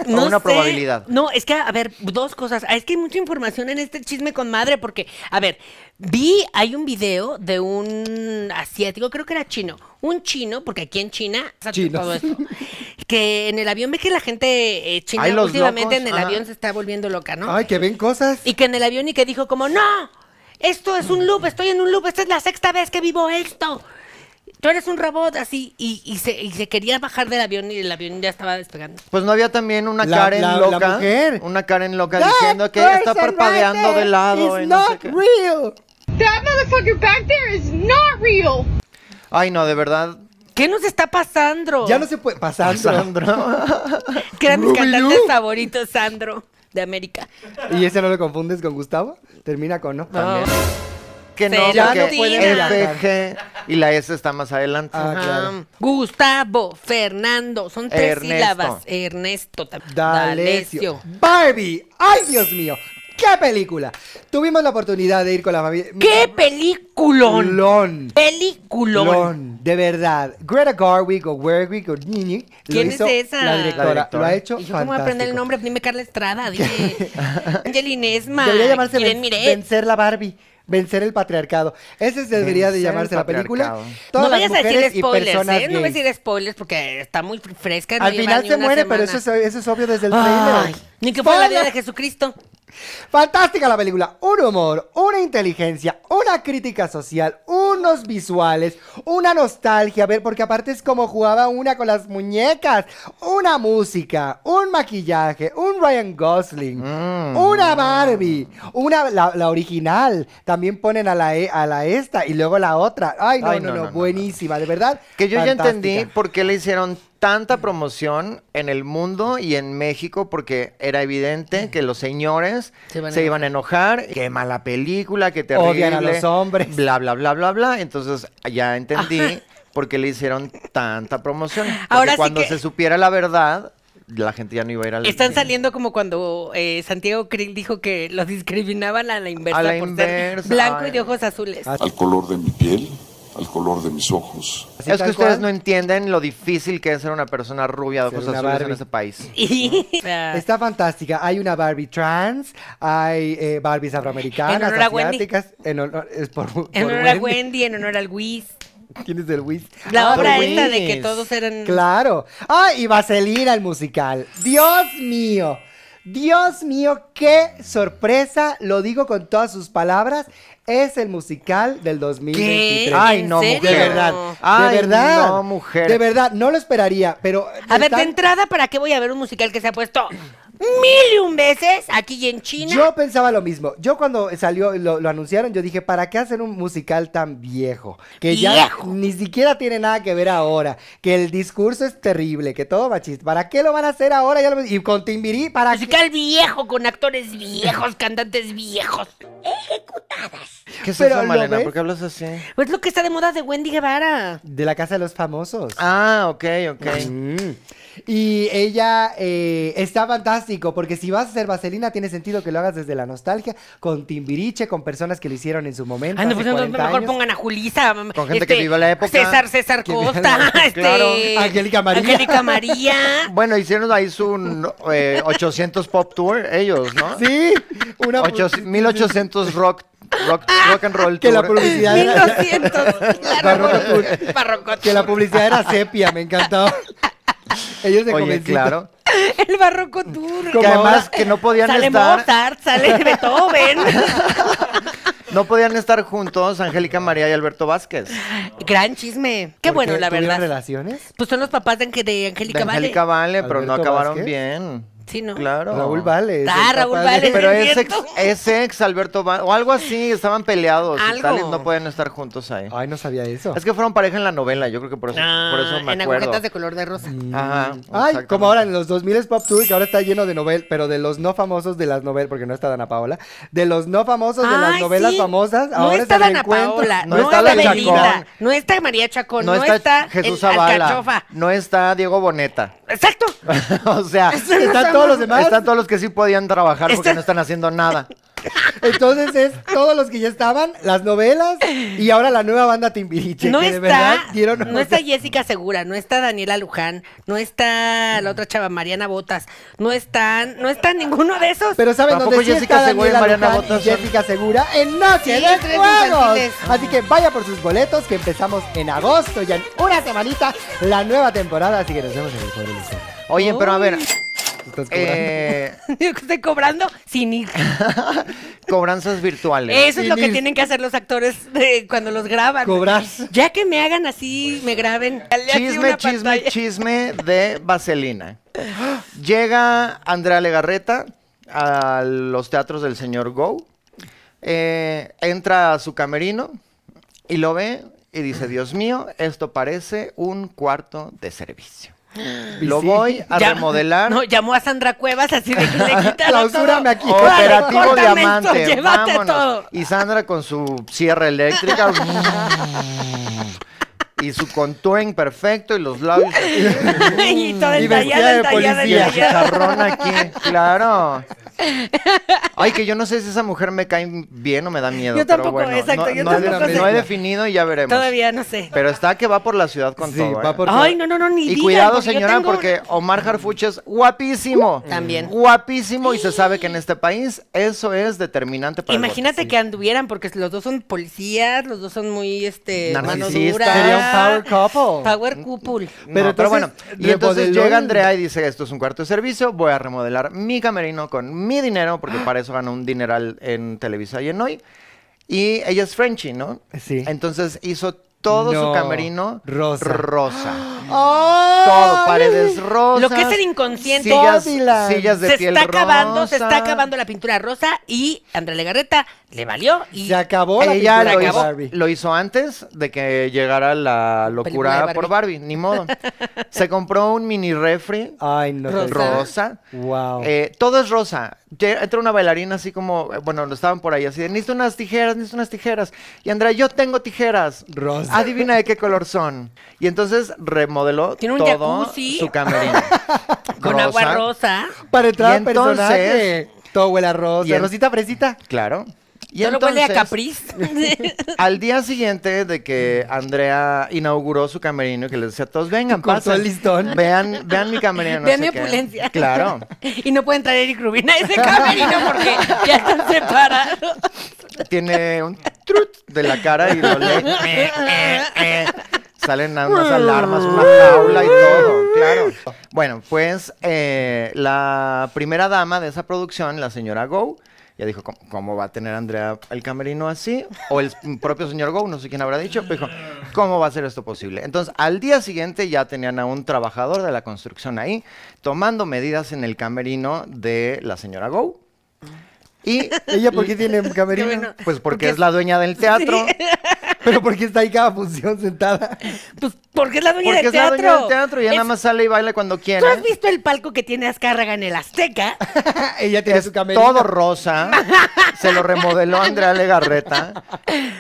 Speaker 2: No
Speaker 3: una
Speaker 2: sé.
Speaker 3: probabilidad.
Speaker 2: No, es que, a ver, dos cosas. Ah, Es que hay mucha información en este chisme con madre, porque, a ver, vi, hay un video de un asiático, creo que era chino. Un chino, porque aquí en China pasa
Speaker 1: Chinos.
Speaker 2: todo esto. Que en el avión ve que la gente eh, china
Speaker 3: Ay, los
Speaker 2: últimamente
Speaker 3: locos,
Speaker 2: en el
Speaker 3: ajá.
Speaker 2: avión se está volviendo loca, ¿no?
Speaker 1: Ay, que ven cosas.
Speaker 2: Y que en el avión y que dijo como, no, esto es un loop, estoy en un loop, esta es la sexta vez que vivo esto. Tú eres un robot así y, y se, y se quería bajar del avión y el avión ya estaba despegando.
Speaker 3: Pues no había también una
Speaker 1: La-
Speaker 3: Karen
Speaker 1: la- la
Speaker 3: loca.
Speaker 1: mujer.
Speaker 3: Una Karen loca
Speaker 1: That
Speaker 3: diciendo que está
Speaker 1: person right
Speaker 3: parpadeando
Speaker 1: there
Speaker 3: de lado.
Speaker 1: is
Speaker 3: y no sé
Speaker 1: not
Speaker 3: qué.
Speaker 1: real.
Speaker 5: That motherfucker back there is not real.
Speaker 3: Ay, no, de verdad.
Speaker 2: ¿Qué nos está pasando?
Speaker 1: Ya no se puede. Pasando.
Speaker 3: Sandro.
Speaker 2: Que eran mis
Speaker 1: Ruby
Speaker 2: cantantes
Speaker 1: Liu.
Speaker 2: favoritos, Sandro, de América.
Speaker 1: *laughs* ¿Y ese no lo confundes con Gustavo? Termina con no.
Speaker 2: Ah,
Speaker 3: Que no,
Speaker 2: Se la
Speaker 3: porque
Speaker 2: rutina.
Speaker 3: FG y la S está más adelante.
Speaker 1: Ah, claro.
Speaker 2: ah, Gustavo, Fernando, son tres
Speaker 3: Ernesto.
Speaker 2: sílabas. Ernesto, tam-
Speaker 1: D'Alessio.
Speaker 2: D'Alessio.
Speaker 1: Barbie. ¡Ay, Dios mío! ¡Qué película! Tuvimos la oportunidad de ir con la familia.
Speaker 2: ¡Qué peliculón!
Speaker 1: Lon.
Speaker 2: ¡Peliculón!
Speaker 1: Lon, de verdad. Greta Garwick o Gerwig o Nini. lo
Speaker 2: ¿Quién es
Speaker 1: hizo
Speaker 2: esa?
Speaker 1: La directora.
Speaker 3: La directora.
Speaker 1: Lo ha hecho
Speaker 2: Y yo,
Speaker 1: fantástico.
Speaker 2: ¿cómo voy a aprender
Speaker 1: *laughs*
Speaker 2: el nombre? Dime Carla Estrada, dime Angelina Esma,
Speaker 1: Debería llamarse
Speaker 2: Irene
Speaker 1: Ven-
Speaker 2: Miret.
Speaker 1: Vencer la Barbie. vencer el patriarcado. Ese debería de
Speaker 3: Vencer el
Speaker 1: llamarse la película.
Speaker 3: patriarcado.
Speaker 1: Todas
Speaker 2: no
Speaker 1: las
Speaker 2: vayas a
Speaker 1: mujeres
Speaker 2: decir
Speaker 1: y
Speaker 2: spoilers,
Speaker 1: personas
Speaker 2: ¿eh? No
Speaker 1: gays.
Speaker 2: voy a decir spoilers porque está muy fresca. no
Speaker 1: Al
Speaker 2: lleva
Speaker 1: final
Speaker 2: ni
Speaker 1: se
Speaker 2: una
Speaker 1: muere, pero eso
Speaker 2: semana.
Speaker 1: es, eso es obvio desde el
Speaker 2: Ay,
Speaker 1: trailer.
Speaker 2: Ni que fuera la vida de
Speaker 1: Spoiler.
Speaker 2: Jesucristo.
Speaker 1: Fantástica la película. Un humor, una inteligencia, una crítica social, unos visuales, una nostalgia. A ver, porque aparte es como jugaba una con las muñecas. Una música, un maquillaje, un Ryan Gosling,
Speaker 3: Mm.
Speaker 1: una Barbie, una la, la original. También ponen a la, e- a la esta y luego la otra. Ay, no,
Speaker 3: Ay,
Speaker 1: no,
Speaker 3: no,
Speaker 1: no,
Speaker 3: no, no,
Speaker 1: buenísima, de verdad.
Speaker 3: Que yo ya entendí
Speaker 1: fantástica.
Speaker 3: por qué le hicieron tanta promoción en el mundo y en México, porque era evidente que los señores
Speaker 2: Se
Speaker 3: se,
Speaker 2: iban a
Speaker 3: iban a enojar, qué mala película, qué terrible.
Speaker 1: Odian a los hombres.
Speaker 3: Bla, bla, bla, bla, bla. Entonces ya entendí *laughs* por qué le hicieron tanta promoción. Porque
Speaker 2: Ah. Ahora sí
Speaker 3: cuando
Speaker 2: que-
Speaker 3: se supiera la verdad, la gente ya no iba a ir al
Speaker 2: Están saliendo como cuando eh, Santiago Krill dijo que los discriminaban a la inversa
Speaker 3: A la
Speaker 2: por
Speaker 3: inversa,
Speaker 2: ser blanco
Speaker 3: ay.
Speaker 2: y de ojos azules.
Speaker 1: Ah,
Speaker 7: al color de mi piel, al color de mis ojos.
Speaker 1: Así
Speaker 3: Es
Speaker 1: tal
Speaker 3: que ustedes
Speaker 1: cual.
Speaker 3: no entienden lo difícil que es ser una persona rubia de
Speaker 1: Ser
Speaker 3: ojos
Speaker 1: una
Speaker 3: azules en
Speaker 1: Barbie.
Speaker 3: este país.
Speaker 2: Y, o sea,
Speaker 1: Está fantástica. Hay una Barbie trans, hay eh, Barbies afroamericanas,
Speaker 2: En honor a Wendy.
Speaker 1: asiáticas. En honor, es por,
Speaker 2: en
Speaker 1: por
Speaker 2: honor a
Speaker 1: Wendy.
Speaker 2: Wendy, en honor al Whis.
Speaker 1: *laughs* ¿Quién es el Wiz?
Speaker 2: La
Speaker 1: Ah,
Speaker 2: obra
Speaker 1: por
Speaker 2: esta de
Speaker 1: Whis.
Speaker 2: que todos eran...
Speaker 1: Claro. Ah, y Vaselina el musical. Dios mío. Dios mío, qué sorpresa, lo digo con todas sus palabras, es el musical del 2023.
Speaker 2: ¿Qué?
Speaker 3: Ay,
Speaker 2: ¿En
Speaker 3: no,
Speaker 2: serio?
Speaker 3: mujer.
Speaker 1: De verdad,
Speaker 3: Ay,
Speaker 1: de verdad.
Speaker 3: no, mujer.
Speaker 1: De verdad, no lo esperaría, pero...
Speaker 2: A ver, de
Speaker 1: están-
Speaker 2: entrada, ¿para qué voy a ver un musical que se ha puesto mil y un veces aquí y en China?
Speaker 1: Yo pensaba lo mismo. Yo cuando salió, lo, lo anunciaron, yo dije, ¿para qué hacer un musical tan viejo? Que ya
Speaker 2: Viejo.
Speaker 1: ni siquiera tiene nada que ver ahora. Que el discurso es terrible, que todo machista. ¿Para qué lo van a hacer ahora? Ya lo- y con Timbirí, ¿para qué?
Speaker 2: Musical viejo, con
Speaker 1: *laughs*
Speaker 2: actores viejos, cantantes viejos.
Speaker 3: ¿Qué es
Speaker 1: Pero
Speaker 3: eso,
Speaker 1: lo
Speaker 3: Malena?
Speaker 1: ves.
Speaker 3: ¿Por qué hablas así?
Speaker 2: Pues lo que está de moda de Wendy Guevara.
Speaker 1: De la casa de los famosos.
Speaker 3: Ah, ok, ok.
Speaker 1: Mm. Y ella eh, está fantástico, porque si vas a hacer vaselina, tiene sentido que lo hagas desde la nostalgia, con timbiriche, con personas que lo hicieron en su momento.
Speaker 2: Ay, no,
Speaker 1: hace
Speaker 2: pues entonces
Speaker 1: 40
Speaker 2: mejor
Speaker 1: años.
Speaker 2: pongan a Julisa. este,
Speaker 3: Con gente que viva la época.
Speaker 2: César, César
Speaker 1: Que viva la
Speaker 2: Costa.
Speaker 1: época,
Speaker 2: *laughs* este,
Speaker 1: claro. Angélica María. *laughs*
Speaker 2: Angélica María.
Speaker 3: Bueno, hicieron ahí su no, eh, 800 Pop Tour, ellos, ¿no?
Speaker 1: Sí, pues, una
Speaker 3: Ocho- 1800 Rock, rock, rock and
Speaker 1: *laughs*
Speaker 3: Roll
Speaker 1: Que la
Speaker 3: Tour.
Speaker 1: publicidad era-
Speaker 2: 1200.
Speaker 1: Barroco
Speaker 2: Claro,
Speaker 1: Tour.
Speaker 2: barroco
Speaker 1: Que la
Speaker 2: Tour.
Speaker 1: publicidad era sepia, me encantaba. Ellos de
Speaker 3: *laughs* Oye,
Speaker 1: jovencito.
Speaker 3: claro.
Speaker 2: El barroco tour.
Speaker 3: Que además que no podían
Speaker 2: sale
Speaker 3: estar-
Speaker 2: Mozart, sale
Speaker 3: *laughs*
Speaker 2: Beethoven.
Speaker 3: No podían estar juntos Angélica María y Alberto Vázquez.
Speaker 2: Gran chisme. Qué
Speaker 1: ¿Por
Speaker 2: bueno, la
Speaker 1: ¿Tuvieron
Speaker 2: verdad.
Speaker 1: relaciones?
Speaker 2: Pues son los papás de, Ange- de Angélica
Speaker 3: de
Speaker 2: Vale.
Speaker 3: Angélica Vale, pero no
Speaker 1: Alberto
Speaker 3: acabaron
Speaker 1: Vázquez.
Speaker 3: bien.
Speaker 2: Sí, ¿no?
Speaker 3: Claro.
Speaker 1: Raúl Vale. es
Speaker 2: Ah,
Speaker 1: el
Speaker 2: Raúl
Speaker 1: papá
Speaker 2: Vale.
Speaker 3: Pero es ex,
Speaker 2: ¿Cierto?
Speaker 3: es ex Alberto Vázquez, o algo así, estaban peleados y
Speaker 2: Algo.
Speaker 3: tal, y no podían estar juntos ahí.
Speaker 1: Ay, Ah, no sabía eso.
Speaker 3: Es que fueron pareja en la novela, yo creo que por eso,
Speaker 2: Ah,
Speaker 3: por eso me
Speaker 2: en
Speaker 3: acuerdo. Mm.
Speaker 2: agujetas de color de rosa.
Speaker 3: Ajá,
Speaker 1: Mm, Ay, como
Speaker 3: Ah, exactamente.
Speaker 1: ahora en los 2000 es Pop Tour, que ahora está lleno de novel, pero de los no famosos de las novelas, porque no está Dana Paola, de los no famosos de las
Speaker 2: Ay,
Speaker 1: novelas
Speaker 2: Ah, sí.
Speaker 1: famosas, ahora
Speaker 2: no está
Speaker 1: se
Speaker 2: Dana
Speaker 1: reencuentran.
Speaker 2: Paola,
Speaker 3: no
Speaker 2: no,
Speaker 3: está
Speaker 2: está,
Speaker 3: la Chacón.
Speaker 2: Belinda, no está María Chacón, no, está,
Speaker 3: Jesús
Speaker 2: el
Speaker 3: Zavala,
Speaker 2: Alcachofa.
Speaker 3: no está Diego Boneta. *laughs*
Speaker 2: Exacto.
Speaker 3: o sea,
Speaker 2: Eso no
Speaker 1: Están
Speaker 2: está
Speaker 1: todos
Speaker 2: mal.
Speaker 1: los demás.
Speaker 3: están todos los que sí podían trabajar porque
Speaker 2: Está-
Speaker 3: no están haciendo nada.
Speaker 1: Entonces es todos los que ya estaban, las novelas, y ahora la nueva banda Timbiriche.
Speaker 2: No
Speaker 1: que de verdad
Speaker 2: está,
Speaker 1: dieron
Speaker 2: no está Jessica Segura, no está Daniela Luján, no está la otra chava Mariana Botas, no están, no está ninguno de esos.
Speaker 1: Pero ¿saben
Speaker 3: Tampoco
Speaker 1: dónde sí
Speaker 3: Jessica
Speaker 1: está
Speaker 3: Segura y
Speaker 1: Daniela
Speaker 3: Mariana
Speaker 1: Luján
Speaker 3: Botas
Speaker 1: y
Speaker 3: son-
Speaker 1: Jessica Segura en Noche
Speaker 2: Sí,
Speaker 1: de
Speaker 2: tres
Speaker 1: Juegos?
Speaker 2: infantiles.
Speaker 1: Así que vaya por sus boletos que empezamos en agosto ya en una semanita la nueva temporada. Así que nos vemos en el Poder Elección.
Speaker 3: Oye, pero a ver,
Speaker 1: Estás cobrando.
Speaker 3: eh,
Speaker 2: Yo *laughs* que estoy cobrando sin ir.
Speaker 3: cobranzas virtuales.
Speaker 2: Eso es lo
Speaker 1: Sin
Speaker 2: que
Speaker 1: ir.
Speaker 2: tienen que hacer los actores de- cuando los graban.
Speaker 1: Cobrar.
Speaker 2: Ya que me hagan así, me graben. dale así
Speaker 3: Chisme,
Speaker 2: una
Speaker 3: chisme,
Speaker 2: pantalla. *laughs*
Speaker 3: chisme de Vaselina. Llega Andrea Legarreta a los teatros del señor Go. eh, entra a su camerino y lo ve y dice, Dios mío, esto parece un cuarto de servicio. Lo
Speaker 1: sí.
Speaker 3: voy a
Speaker 2: Ya-
Speaker 3: remodelar.
Speaker 2: No, llamó a Sandra Cuevas así de
Speaker 1: *laughs*
Speaker 2: que le quitaron
Speaker 1: Clausúrame
Speaker 2: todo.
Speaker 1: aquí.
Speaker 2: Claro,
Speaker 3: Operativo
Speaker 2: córtame esto,
Speaker 3: diamante.
Speaker 2: Llévate
Speaker 3: vámonos.
Speaker 2: todo.
Speaker 3: Y Sandra con su sierra eléctrica. Y su contouring perfecto y los labios.
Speaker 2: *laughs*
Speaker 3: así,
Speaker 2: y todo
Speaker 1: Y vestida
Speaker 2: entallado,
Speaker 1: de
Speaker 2: entallado,
Speaker 3: Y
Speaker 1: policía.
Speaker 3: el
Speaker 2: entallado.
Speaker 3: chicharrón aquí, claro. Ay, que yo no sé si esa mujer me cae bien o me da miedo.
Speaker 2: Yo tampoco,
Speaker 3: pero bueno,
Speaker 2: exacto,
Speaker 3: no,
Speaker 2: yo
Speaker 3: no he-
Speaker 1: tampoco sé.
Speaker 3: no he definido y ya veremos.
Speaker 2: Todavía no sé.
Speaker 3: Pero está que va por la ciudad con
Speaker 1: Sí,
Speaker 3: todo.
Speaker 1: va
Speaker 3: ¿eh?
Speaker 1: por- porque-
Speaker 2: Ay, no, no, no, ni
Speaker 3: Y
Speaker 2: digas,
Speaker 3: cuidado,
Speaker 2: porque yo
Speaker 3: señora,
Speaker 2: tengo-
Speaker 3: porque Omar Harfuch es guapísimo.
Speaker 2: También.
Speaker 3: Guapísimo y se sabe que en este país eso es determinante para el voto.
Speaker 2: Imagínate que anduvieran, porque los dos son policías, los dos son muy, este, mano
Speaker 3: Narcisistas.
Speaker 2: dura.
Speaker 1: Sería un power couple.
Speaker 2: Power couple.
Speaker 3: No,
Speaker 1: Pero
Speaker 3: Pero, bueno,
Speaker 1: entonces,
Speaker 3: y entonces
Speaker 1: remodeló
Speaker 3: llega
Speaker 1: el-
Speaker 3: Andrea y dice, esto es un cuarto de servicio, voy a remodelar mi camerino con mi dinero,
Speaker 1: ¡Ah!
Speaker 3: porque para eso ganó un dineral en Televisa y en Hoy. Y ella es Frenchy, ¿no?
Speaker 1: Sí.
Speaker 3: Entonces hizo todo
Speaker 1: No,
Speaker 3: su camerino
Speaker 1: rosa. *gasps*
Speaker 3: rosa.
Speaker 1: ¡Ay!
Speaker 3: Todo, paredes rosas.
Speaker 2: Lo que es el inconsciente.
Speaker 3: Sillas,
Speaker 1: Dávila.
Speaker 3: sillas de
Speaker 2: se
Speaker 3: piel
Speaker 2: está acabando, se
Speaker 3: rosa.
Speaker 2: está acabando la pintura rosa y Andrea Legarreta le valió y
Speaker 1: Se acabó la
Speaker 3: Ella
Speaker 1: pintura
Speaker 3: lo
Speaker 1: de
Speaker 3: hizo,
Speaker 1: Barbie.
Speaker 3: lo hizo antes de que llegara la
Speaker 2: Película de
Speaker 3: locura
Speaker 2: Barbie.
Speaker 3: por Barbie, ni
Speaker 1: *laughs*
Speaker 3: modo. Se compró un mini refri
Speaker 1: Ay, no. te-
Speaker 2: Rosa.
Speaker 3: rosa.
Speaker 1: Wow.
Speaker 3: Eh, todo es rosa. Lle- Entra una bailarina así como, eh, bueno, lo estaban por ahí así, de, necesito unas tijeras, necesito unas tijeras. Y Andrea, yo tengo tijeras.
Speaker 1: Rosa.
Speaker 3: Adivina de qué color son. Y entonces remodeló
Speaker 2: Tiene un
Speaker 3: todo
Speaker 2: jacuzzi.
Speaker 3: su camerino.
Speaker 2: *laughs* eh, con agua rosa.
Speaker 1: Para entrar
Speaker 3: y
Speaker 1: al personaje. Tu abuela
Speaker 3: y
Speaker 1: Rosa.
Speaker 3: en-
Speaker 1: Rosita Fresita.
Speaker 3: Claro. Y
Speaker 2: Solo huele a *laughs*
Speaker 3: entonces,
Speaker 2: capriz.
Speaker 3: *laughs* Al día siguiente de que Andrea inauguró su camerino y que les decía a todos, vengan,
Speaker 1: Cortó
Speaker 3: pasen,
Speaker 1: el listón.
Speaker 3: Vean, vean mi camerino. no
Speaker 2: Vean
Speaker 3: sé
Speaker 2: mi
Speaker 3: qué".
Speaker 2: opulencia.
Speaker 1: *laughs*
Speaker 3: Claro.
Speaker 2: *laughs* y no pueden traer Eric Rubin a ese camerino porque ya están separados.
Speaker 3: Tiene un trut de la cara y lo lee.
Speaker 2: *laughs*
Speaker 3: Eh, *laughs* eh, eh. Salen a- unas alarmas, una jaula y todo, claro. Bueno, pues eh, la primera dama de esa producción, la señora Go, ya dijo, ¿cómo, cómo va a tener Andrea el camerino así? O el propio señor Go, no sé quién habrá dicho, pero dijo, ¿cómo va a ser esto posible? Entonces, al día siguiente ya tenían a un trabajador de la construcción ahí, tomando medidas en el camerino de la señora Go. Y
Speaker 1: ¿Ella por qué tiene un camerino?
Speaker 2: bueno.
Speaker 3: pues porque, es la dueña del teatro.
Speaker 1: ¿Pero por qué está ahí cada función sentada? *laughs*
Speaker 2: Pues porque es la dueña
Speaker 3: Porque
Speaker 2: del
Speaker 3: es la
Speaker 2: teatro.
Speaker 3: dueña del teatro y ya
Speaker 2: Es-
Speaker 3: nada más sale y baila cuando
Speaker 2: ¿Tú
Speaker 3: quiere.
Speaker 2: has visto el palco que tiene Azcárraga en el Azteca?
Speaker 1: Ella tiene
Speaker 3: Es
Speaker 1: su camerino.
Speaker 2: *laughs*
Speaker 3: todo rosa. Se lo remodeló Andrea Legarreta.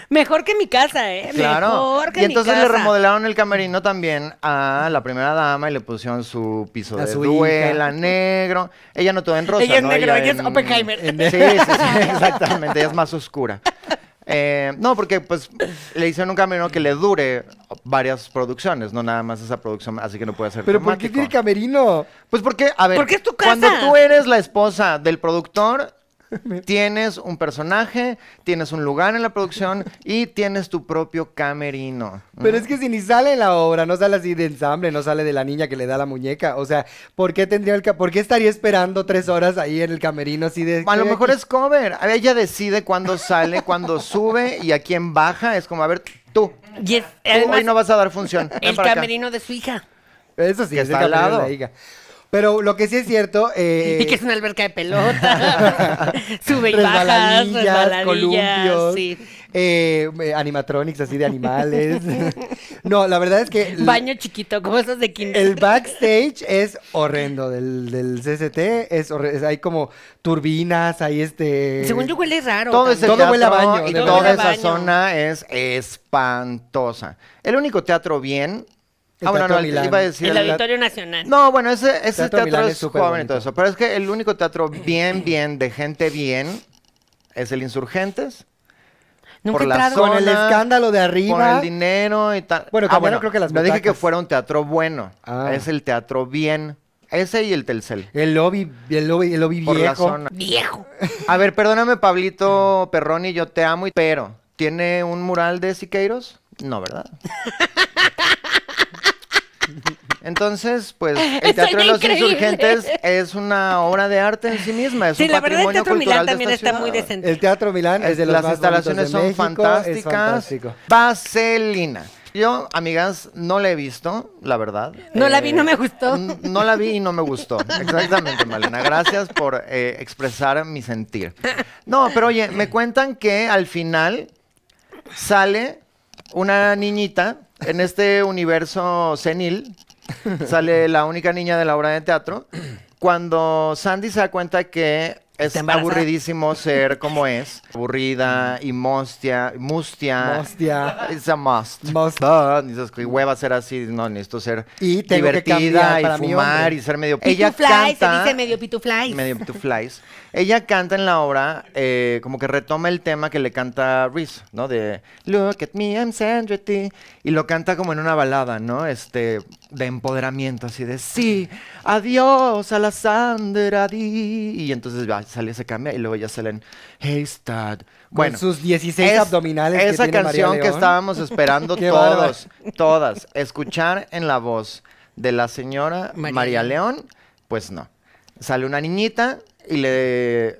Speaker 2: Mejor que mi casa, ¿eh?
Speaker 3: Claro.
Speaker 2: Mejor que
Speaker 3: Y
Speaker 2: mi
Speaker 3: entonces
Speaker 2: casa.
Speaker 3: le remodelaron el camerino también a la primera dama y le pusieron su piso
Speaker 1: A
Speaker 3: de
Speaker 1: su hija.
Speaker 3: duela negro. Ella no todo en rosa.
Speaker 2: Ella es
Speaker 3: ¿no?
Speaker 2: negro, ella es
Speaker 3: en-
Speaker 2: Oppenheimer.
Speaker 3: en- Sí, sí, sí,
Speaker 2: *laughs*
Speaker 3: exactamente. Ella es más oscura. Eh, no, porque pues le hicieron un camerino que le dure varias producciones, no nada más esa producción, así que no puede ser
Speaker 1: ¿Pero por qué
Speaker 3: temático.
Speaker 1: tiene camerino?
Speaker 3: Pues porque, a ver,
Speaker 2: Porque es tu
Speaker 3: cuando
Speaker 2: casa.
Speaker 3: tú eres la esposa del
Speaker 1: *laughs*
Speaker 3: productor, tienes un personaje, tienes un lugar en la
Speaker 1: *laughs*
Speaker 3: producción y tienes tu propio camerino.
Speaker 1: Pero es que si ni sale en la obra, no sale así de ensamble, no sale de la niña que le da la muñeca. O sea, ¿por qué tendría el ca- ¿Por qué estaría esperando tres horas ahí en el camerino así de.
Speaker 3: Mm. A lo mejor es cover. A ver, Ella decide cuándo sale, cuándo sube y a quién baja. Es como, a ver,
Speaker 2: *laughs*
Speaker 3: tú.
Speaker 2: Y es,
Speaker 3: tú
Speaker 2: además,
Speaker 3: hoy no vas a
Speaker 2: *laughs*
Speaker 3: dar función. Ven
Speaker 2: el
Speaker 3: para acá.
Speaker 2: camerino de su hija.
Speaker 1: Eso sí,
Speaker 3: que
Speaker 1: es el
Speaker 3: está al
Speaker 1: camerino de
Speaker 3: lado.
Speaker 1: la hija. Pero lo que sí es
Speaker 2: *laughs*
Speaker 1: cierto. eh,
Speaker 2: Y que es una alberca de
Speaker 3: *laughs*
Speaker 2: pelota. Sube y bajas,
Speaker 1: resbaladillas,
Speaker 2: resbaladillas.
Speaker 1: columpios,
Speaker 2: sí.
Speaker 1: eh, eh, animatronics así de
Speaker 2: *laughs*
Speaker 1: animales. no, la verdad es que. l-
Speaker 2: Baño chiquito, como esos de kinder.
Speaker 1: El backstage es horrendo del, del CCT, es, horre- es- hay como turbinas, hay este...
Speaker 2: Según yo huele raro.
Speaker 3: Todo ese
Speaker 2: también.
Speaker 1: Todo huele a
Speaker 3: teatro
Speaker 1: baño,
Speaker 3: y
Speaker 1: de
Speaker 3: toda
Speaker 2: verdad.
Speaker 3: esa
Speaker 2: Baño.
Speaker 3: zona es espantosa. El único teatro bien.
Speaker 1: El
Speaker 3: ah, bueno,
Speaker 1: Teatro
Speaker 3: no, el-
Speaker 1: Milán.
Speaker 3: iba a decir
Speaker 2: El
Speaker 3: el-
Speaker 2: Auditorio Nacional.
Speaker 3: No, bueno, ese, ese
Speaker 1: Teatro
Speaker 3: teatro,
Speaker 1: Milán es
Speaker 3: es,
Speaker 1: súper
Speaker 3: joven y
Speaker 1: bonito.
Speaker 3: todo eso. Pero es que el único teatro bien, bien, de gente bien, es el Insurgentes.
Speaker 2: Nunca
Speaker 3: por
Speaker 2: he
Speaker 3: la
Speaker 2: entrado.
Speaker 1: Con el
Speaker 3: zona,
Speaker 1: escándalo de arriba.
Speaker 3: Con el dinero y tal. Ah,
Speaker 1: Bueno, cambiaron creo que las
Speaker 3: No dije que
Speaker 1: butacas.
Speaker 3: fuera un teatro bueno.
Speaker 1: Ah.
Speaker 3: Es el teatro bien. Ese y el Telcel.
Speaker 1: El lobby, el lobby, el lobby
Speaker 3: Por la
Speaker 1: viejo.
Speaker 3: zona.
Speaker 2: Viejo.
Speaker 3: A ver, perdóname, Pablito Perroni, yo te amo, y- pero ¿tiene un mural de Siqueiros? No, ¿verdad? Entonces, pues,
Speaker 2: *laughs*
Speaker 3: el Teatro de
Speaker 2: Sería
Speaker 3: los
Speaker 2: increíble.
Speaker 3: Insurgentes es una obra de arte en sí misma, es
Speaker 2: Sí,
Speaker 3: un
Speaker 2: la verdad, el
Speaker 3: patrimonio
Speaker 2: Teatro
Speaker 3: cultural
Speaker 2: Milán
Speaker 3: de
Speaker 2: también
Speaker 3: esta
Speaker 2: está muy
Speaker 3: ciudad.
Speaker 2: decente.
Speaker 1: El Teatro Milán es de los
Speaker 3: las
Speaker 1: más
Speaker 3: instalaciones son
Speaker 1: bonitos de México, es
Speaker 3: fantásticas.
Speaker 1: fantástico.
Speaker 3: Vaselina. Yo, amigas, no la he visto, la verdad.
Speaker 2: No la vi, no me gustó.
Speaker 3: n- No la vi y no me gustó. Exactamente, Malena. Gracias por eh, expresar mi sentir. No, pero oye, me cuentan que al final sale una niñita en este universo senil. Sale la única niña de la obra de teatro. Cuando Sandy se da cuenta que Es
Speaker 2: Te embarazas.
Speaker 3: aburridísimo ser como es. Aburrida y mustia. Mustia.
Speaker 1: Mustia.
Speaker 3: It's a must.
Speaker 1: Must.
Speaker 3: Ah, dices, "Qué hueva ser así. No, necesito ser
Speaker 1: Y tengo que
Speaker 3: divertida
Speaker 1: cambiar para
Speaker 3: y
Speaker 1: mi
Speaker 3: fumar
Speaker 1: hombre.
Speaker 3: y ser medio... Ella
Speaker 2: Pitufly, se
Speaker 3: canta-
Speaker 2: dice medio pitufly.
Speaker 3: Medio to flies. Ella canta en la obra, eh, como que retoma el tema que le canta Reese, ¿no? De Look at me, I'm Sandra T. Y lo canta como en una balada, ¿no? Este, de empoderamiento, así de sí, adiós a la Sandra D. Y entonces ya sale, se cambia y luego ya salen Hey Stud. Bueno,
Speaker 1: sus 16 abdominales que
Speaker 3: Esa
Speaker 1: tiene María
Speaker 3: canción que
Speaker 1: León. *laughs*
Speaker 3: estábamos esperando
Speaker 1: Qué bárbara.
Speaker 3: todos, todas, escuchar en la voz de la señora
Speaker 2: María
Speaker 3: María León, pues no. Sale una niñita y le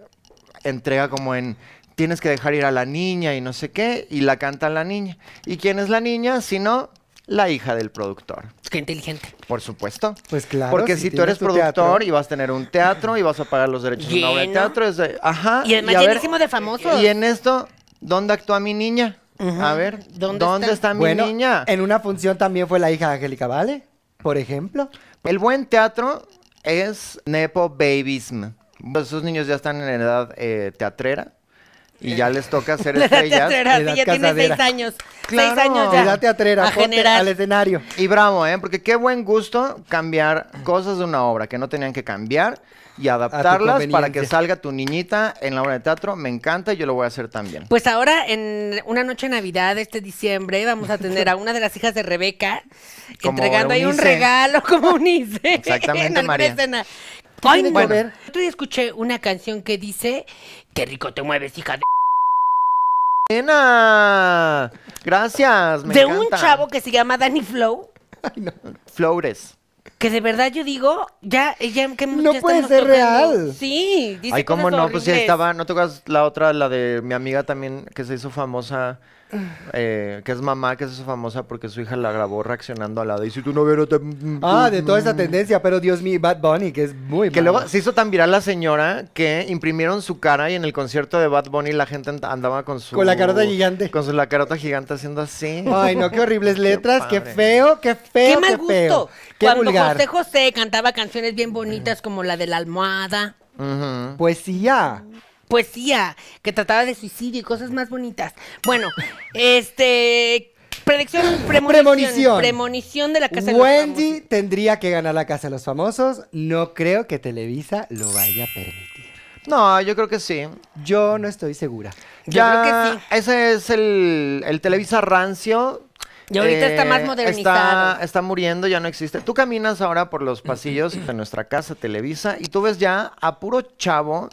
Speaker 3: entrega como en tienes que dejar ir a la niña y no sé qué, y la canta la niña. ¿Y quién es la niña? Sino la hija del productor,
Speaker 2: Qué inteligente.
Speaker 3: por supuesto.
Speaker 1: Pues claro,
Speaker 3: Porque
Speaker 1: si
Speaker 3: si, tú
Speaker 1: tienes
Speaker 3: eres
Speaker 1: tu
Speaker 3: productor
Speaker 1: teatro.
Speaker 3: y vas a tener un teatro y vas a pagar los derechos de una obra de
Speaker 2: Lleno.
Speaker 3: teatro, es de- ajá.
Speaker 2: Y además
Speaker 3: a ver,
Speaker 2: llenísimo de famosos.
Speaker 3: Y en esto, ¿dónde actúa mi niña? A ver,
Speaker 2: ¿Dónde
Speaker 3: ¿dónde,
Speaker 2: está?
Speaker 3: está? mi
Speaker 1: bueno,
Speaker 3: niña?
Speaker 1: en una función también fue la hija de Angélica Vale, por ejemplo.
Speaker 3: El buen teatro es nepo babies. Pues esos niños ya están en edad eh, teatrera y ya les toca
Speaker 2: *laughs*
Speaker 3: ser
Speaker 2: La edad
Speaker 3: estrellas.
Speaker 2: teatrera, sí,
Speaker 1: edad
Speaker 2: ya tiene
Speaker 1: casadera.
Speaker 2: seis años.
Speaker 3: Claro,
Speaker 2: seis años ya.
Speaker 1: Edad teatrera,
Speaker 2: a
Speaker 1: ponte
Speaker 2: generar.
Speaker 1: al escenario.
Speaker 3: Y bravo, ¿eh? Porque qué buen gusto cambiar cosas de una obra que no tenían que cambiar y adaptarlas para que
Speaker 1: conveniencia.
Speaker 3: salga tu niñita en la obra de teatro. Me encanta y yo lo voy a hacer también.
Speaker 2: Pues ahora, en una noche de Navidad, este diciembre, vamos a tener a una de las hijas de Rebeca
Speaker 3: *laughs* Como
Speaker 2: entregando ahí un
Speaker 3: Eunice.
Speaker 2: regalo como Unice. *laughs*
Speaker 3: Exactamente,
Speaker 2: en alguna
Speaker 3: María.
Speaker 2: escena. Ay,
Speaker 1: tiene
Speaker 2: no.
Speaker 1: que ver?
Speaker 2: El otro día escuché una canción que dice: Qué rico te mueves, hija de.
Speaker 3: Nena, Gracias, me
Speaker 2: de un
Speaker 3: encanta.
Speaker 2: chavo que se llama Danny Flow.
Speaker 3: Flores.
Speaker 2: Que de verdad yo digo, ya, ya que
Speaker 1: No
Speaker 2: ya
Speaker 1: puede
Speaker 2: estamos
Speaker 1: ser
Speaker 2: tocando.
Speaker 1: real.
Speaker 2: Sí, dice
Speaker 3: Ay, cómo no,
Speaker 2: cosas
Speaker 3: pues ya
Speaker 2: horribles.
Speaker 3: estaba. ¿No tocas la otra, la de mi amiga también, que se hizo famosa, eh, que es mamá, que se hizo famosa porque su hija la grabó reaccionando a la de y si tú no vieras te-
Speaker 1: Ah, de toda esa tendencia, pero Dios mío, Bad Bunny, que es muy
Speaker 3: Mm. Que
Speaker 1: malo.
Speaker 3: luego se hizo tan viral la señora que imprimieron su cara y en el concierto de Bad Bunny la gente and- andaba con su...
Speaker 1: Con la carota gigante.
Speaker 3: Con su la carota gigante haciendo así.
Speaker 1: *laughs* Ay, no, qué horribles letras, qué,
Speaker 3: padre.
Speaker 1: feo, qué feo,
Speaker 2: Qué
Speaker 1: qué,
Speaker 2: mal
Speaker 1: feo.
Speaker 2: gusto.
Speaker 1: Qué
Speaker 2: Cuando
Speaker 1: vulgar.
Speaker 2: José José cantaba canciones bien bonitas como la de la almohada,
Speaker 3: Ujú.
Speaker 1: Poesía.
Speaker 2: poesía, que trataba de suicidio y cosas más bonitas. Bueno, este. Predicción, premonición.
Speaker 1: Premonición.
Speaker 2: Premonición de la casa de los
Speaker 1: Wendy
Speaker 2: famosos.
Speaker 1: tendría que ganar la Casa de los Famosos. No creo que Televisa lo vaya a permitir.
Speaker 3: No, yo creo que sí.
Speaker 1: Yo no estoy segura.
Speaker 2: Yo
Speaker 3: Ya,
Speaker 2: creo que sí.
Speaker 3: Ese es el, el Televisa rancio. Eh,
Speaker 2: Y ahorita está más modernizado.
Speaker 3: Está, está muriendo, ya no existe. Tú caminas ahora por los pasillos de nuestra casa Televisa y tú ves ya a puro chavo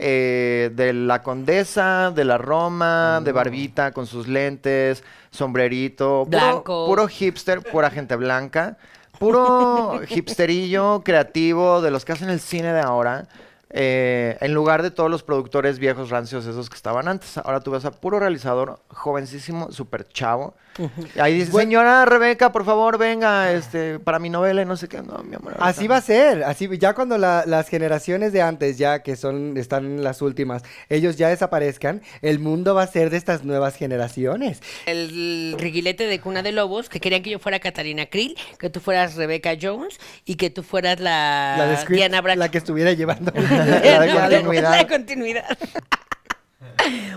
Speaker 3: eh, de la Condesa, de la Roma,
Speaker 2: Mm.
Speaker 3: de Barbita, con sus lentes, sombrerito. puro-
Speaker 2: Blanco.
Speaker 3: puro hipster, pura gente blanca,
Speaker 2: *laughs*
Speaker 3: puro hipsterillo creativo de los que hacen el cine de ahora, eh, en lugar de todos los productores viejos rancios esos que estaban antes. Ahora tú ves a puro realizador, jovencísimo, súper chavo. Y Ahí dice, señora Rebeca, por favor, venga, este, para mi novela y no sé qué. No, mi amor.
Speaker 1: Así va a ser, así ya cuando la- las generaciones de antes ya que son están las últimas, ellos ya desaparezcan, el mundo va a ser de estas nuevas generaciones.
Speaker 2: El riguilete de Cuna de Lobos, que querían que yo fuera Catalina Krill, que tú fueras Rebeca Jones y que tú fueras la,
Speaker 1: La, de Script,
Speaker 2: Ah, Diana Bracho.
Speaker 1: la que estuviera
Speaker 2: *laughs*
Speaker 1: llevando
Speaker 3: La de
Speaker 2: No,
Speaker 3: continuidad.
Speaker 2: la continuidad. *laughs*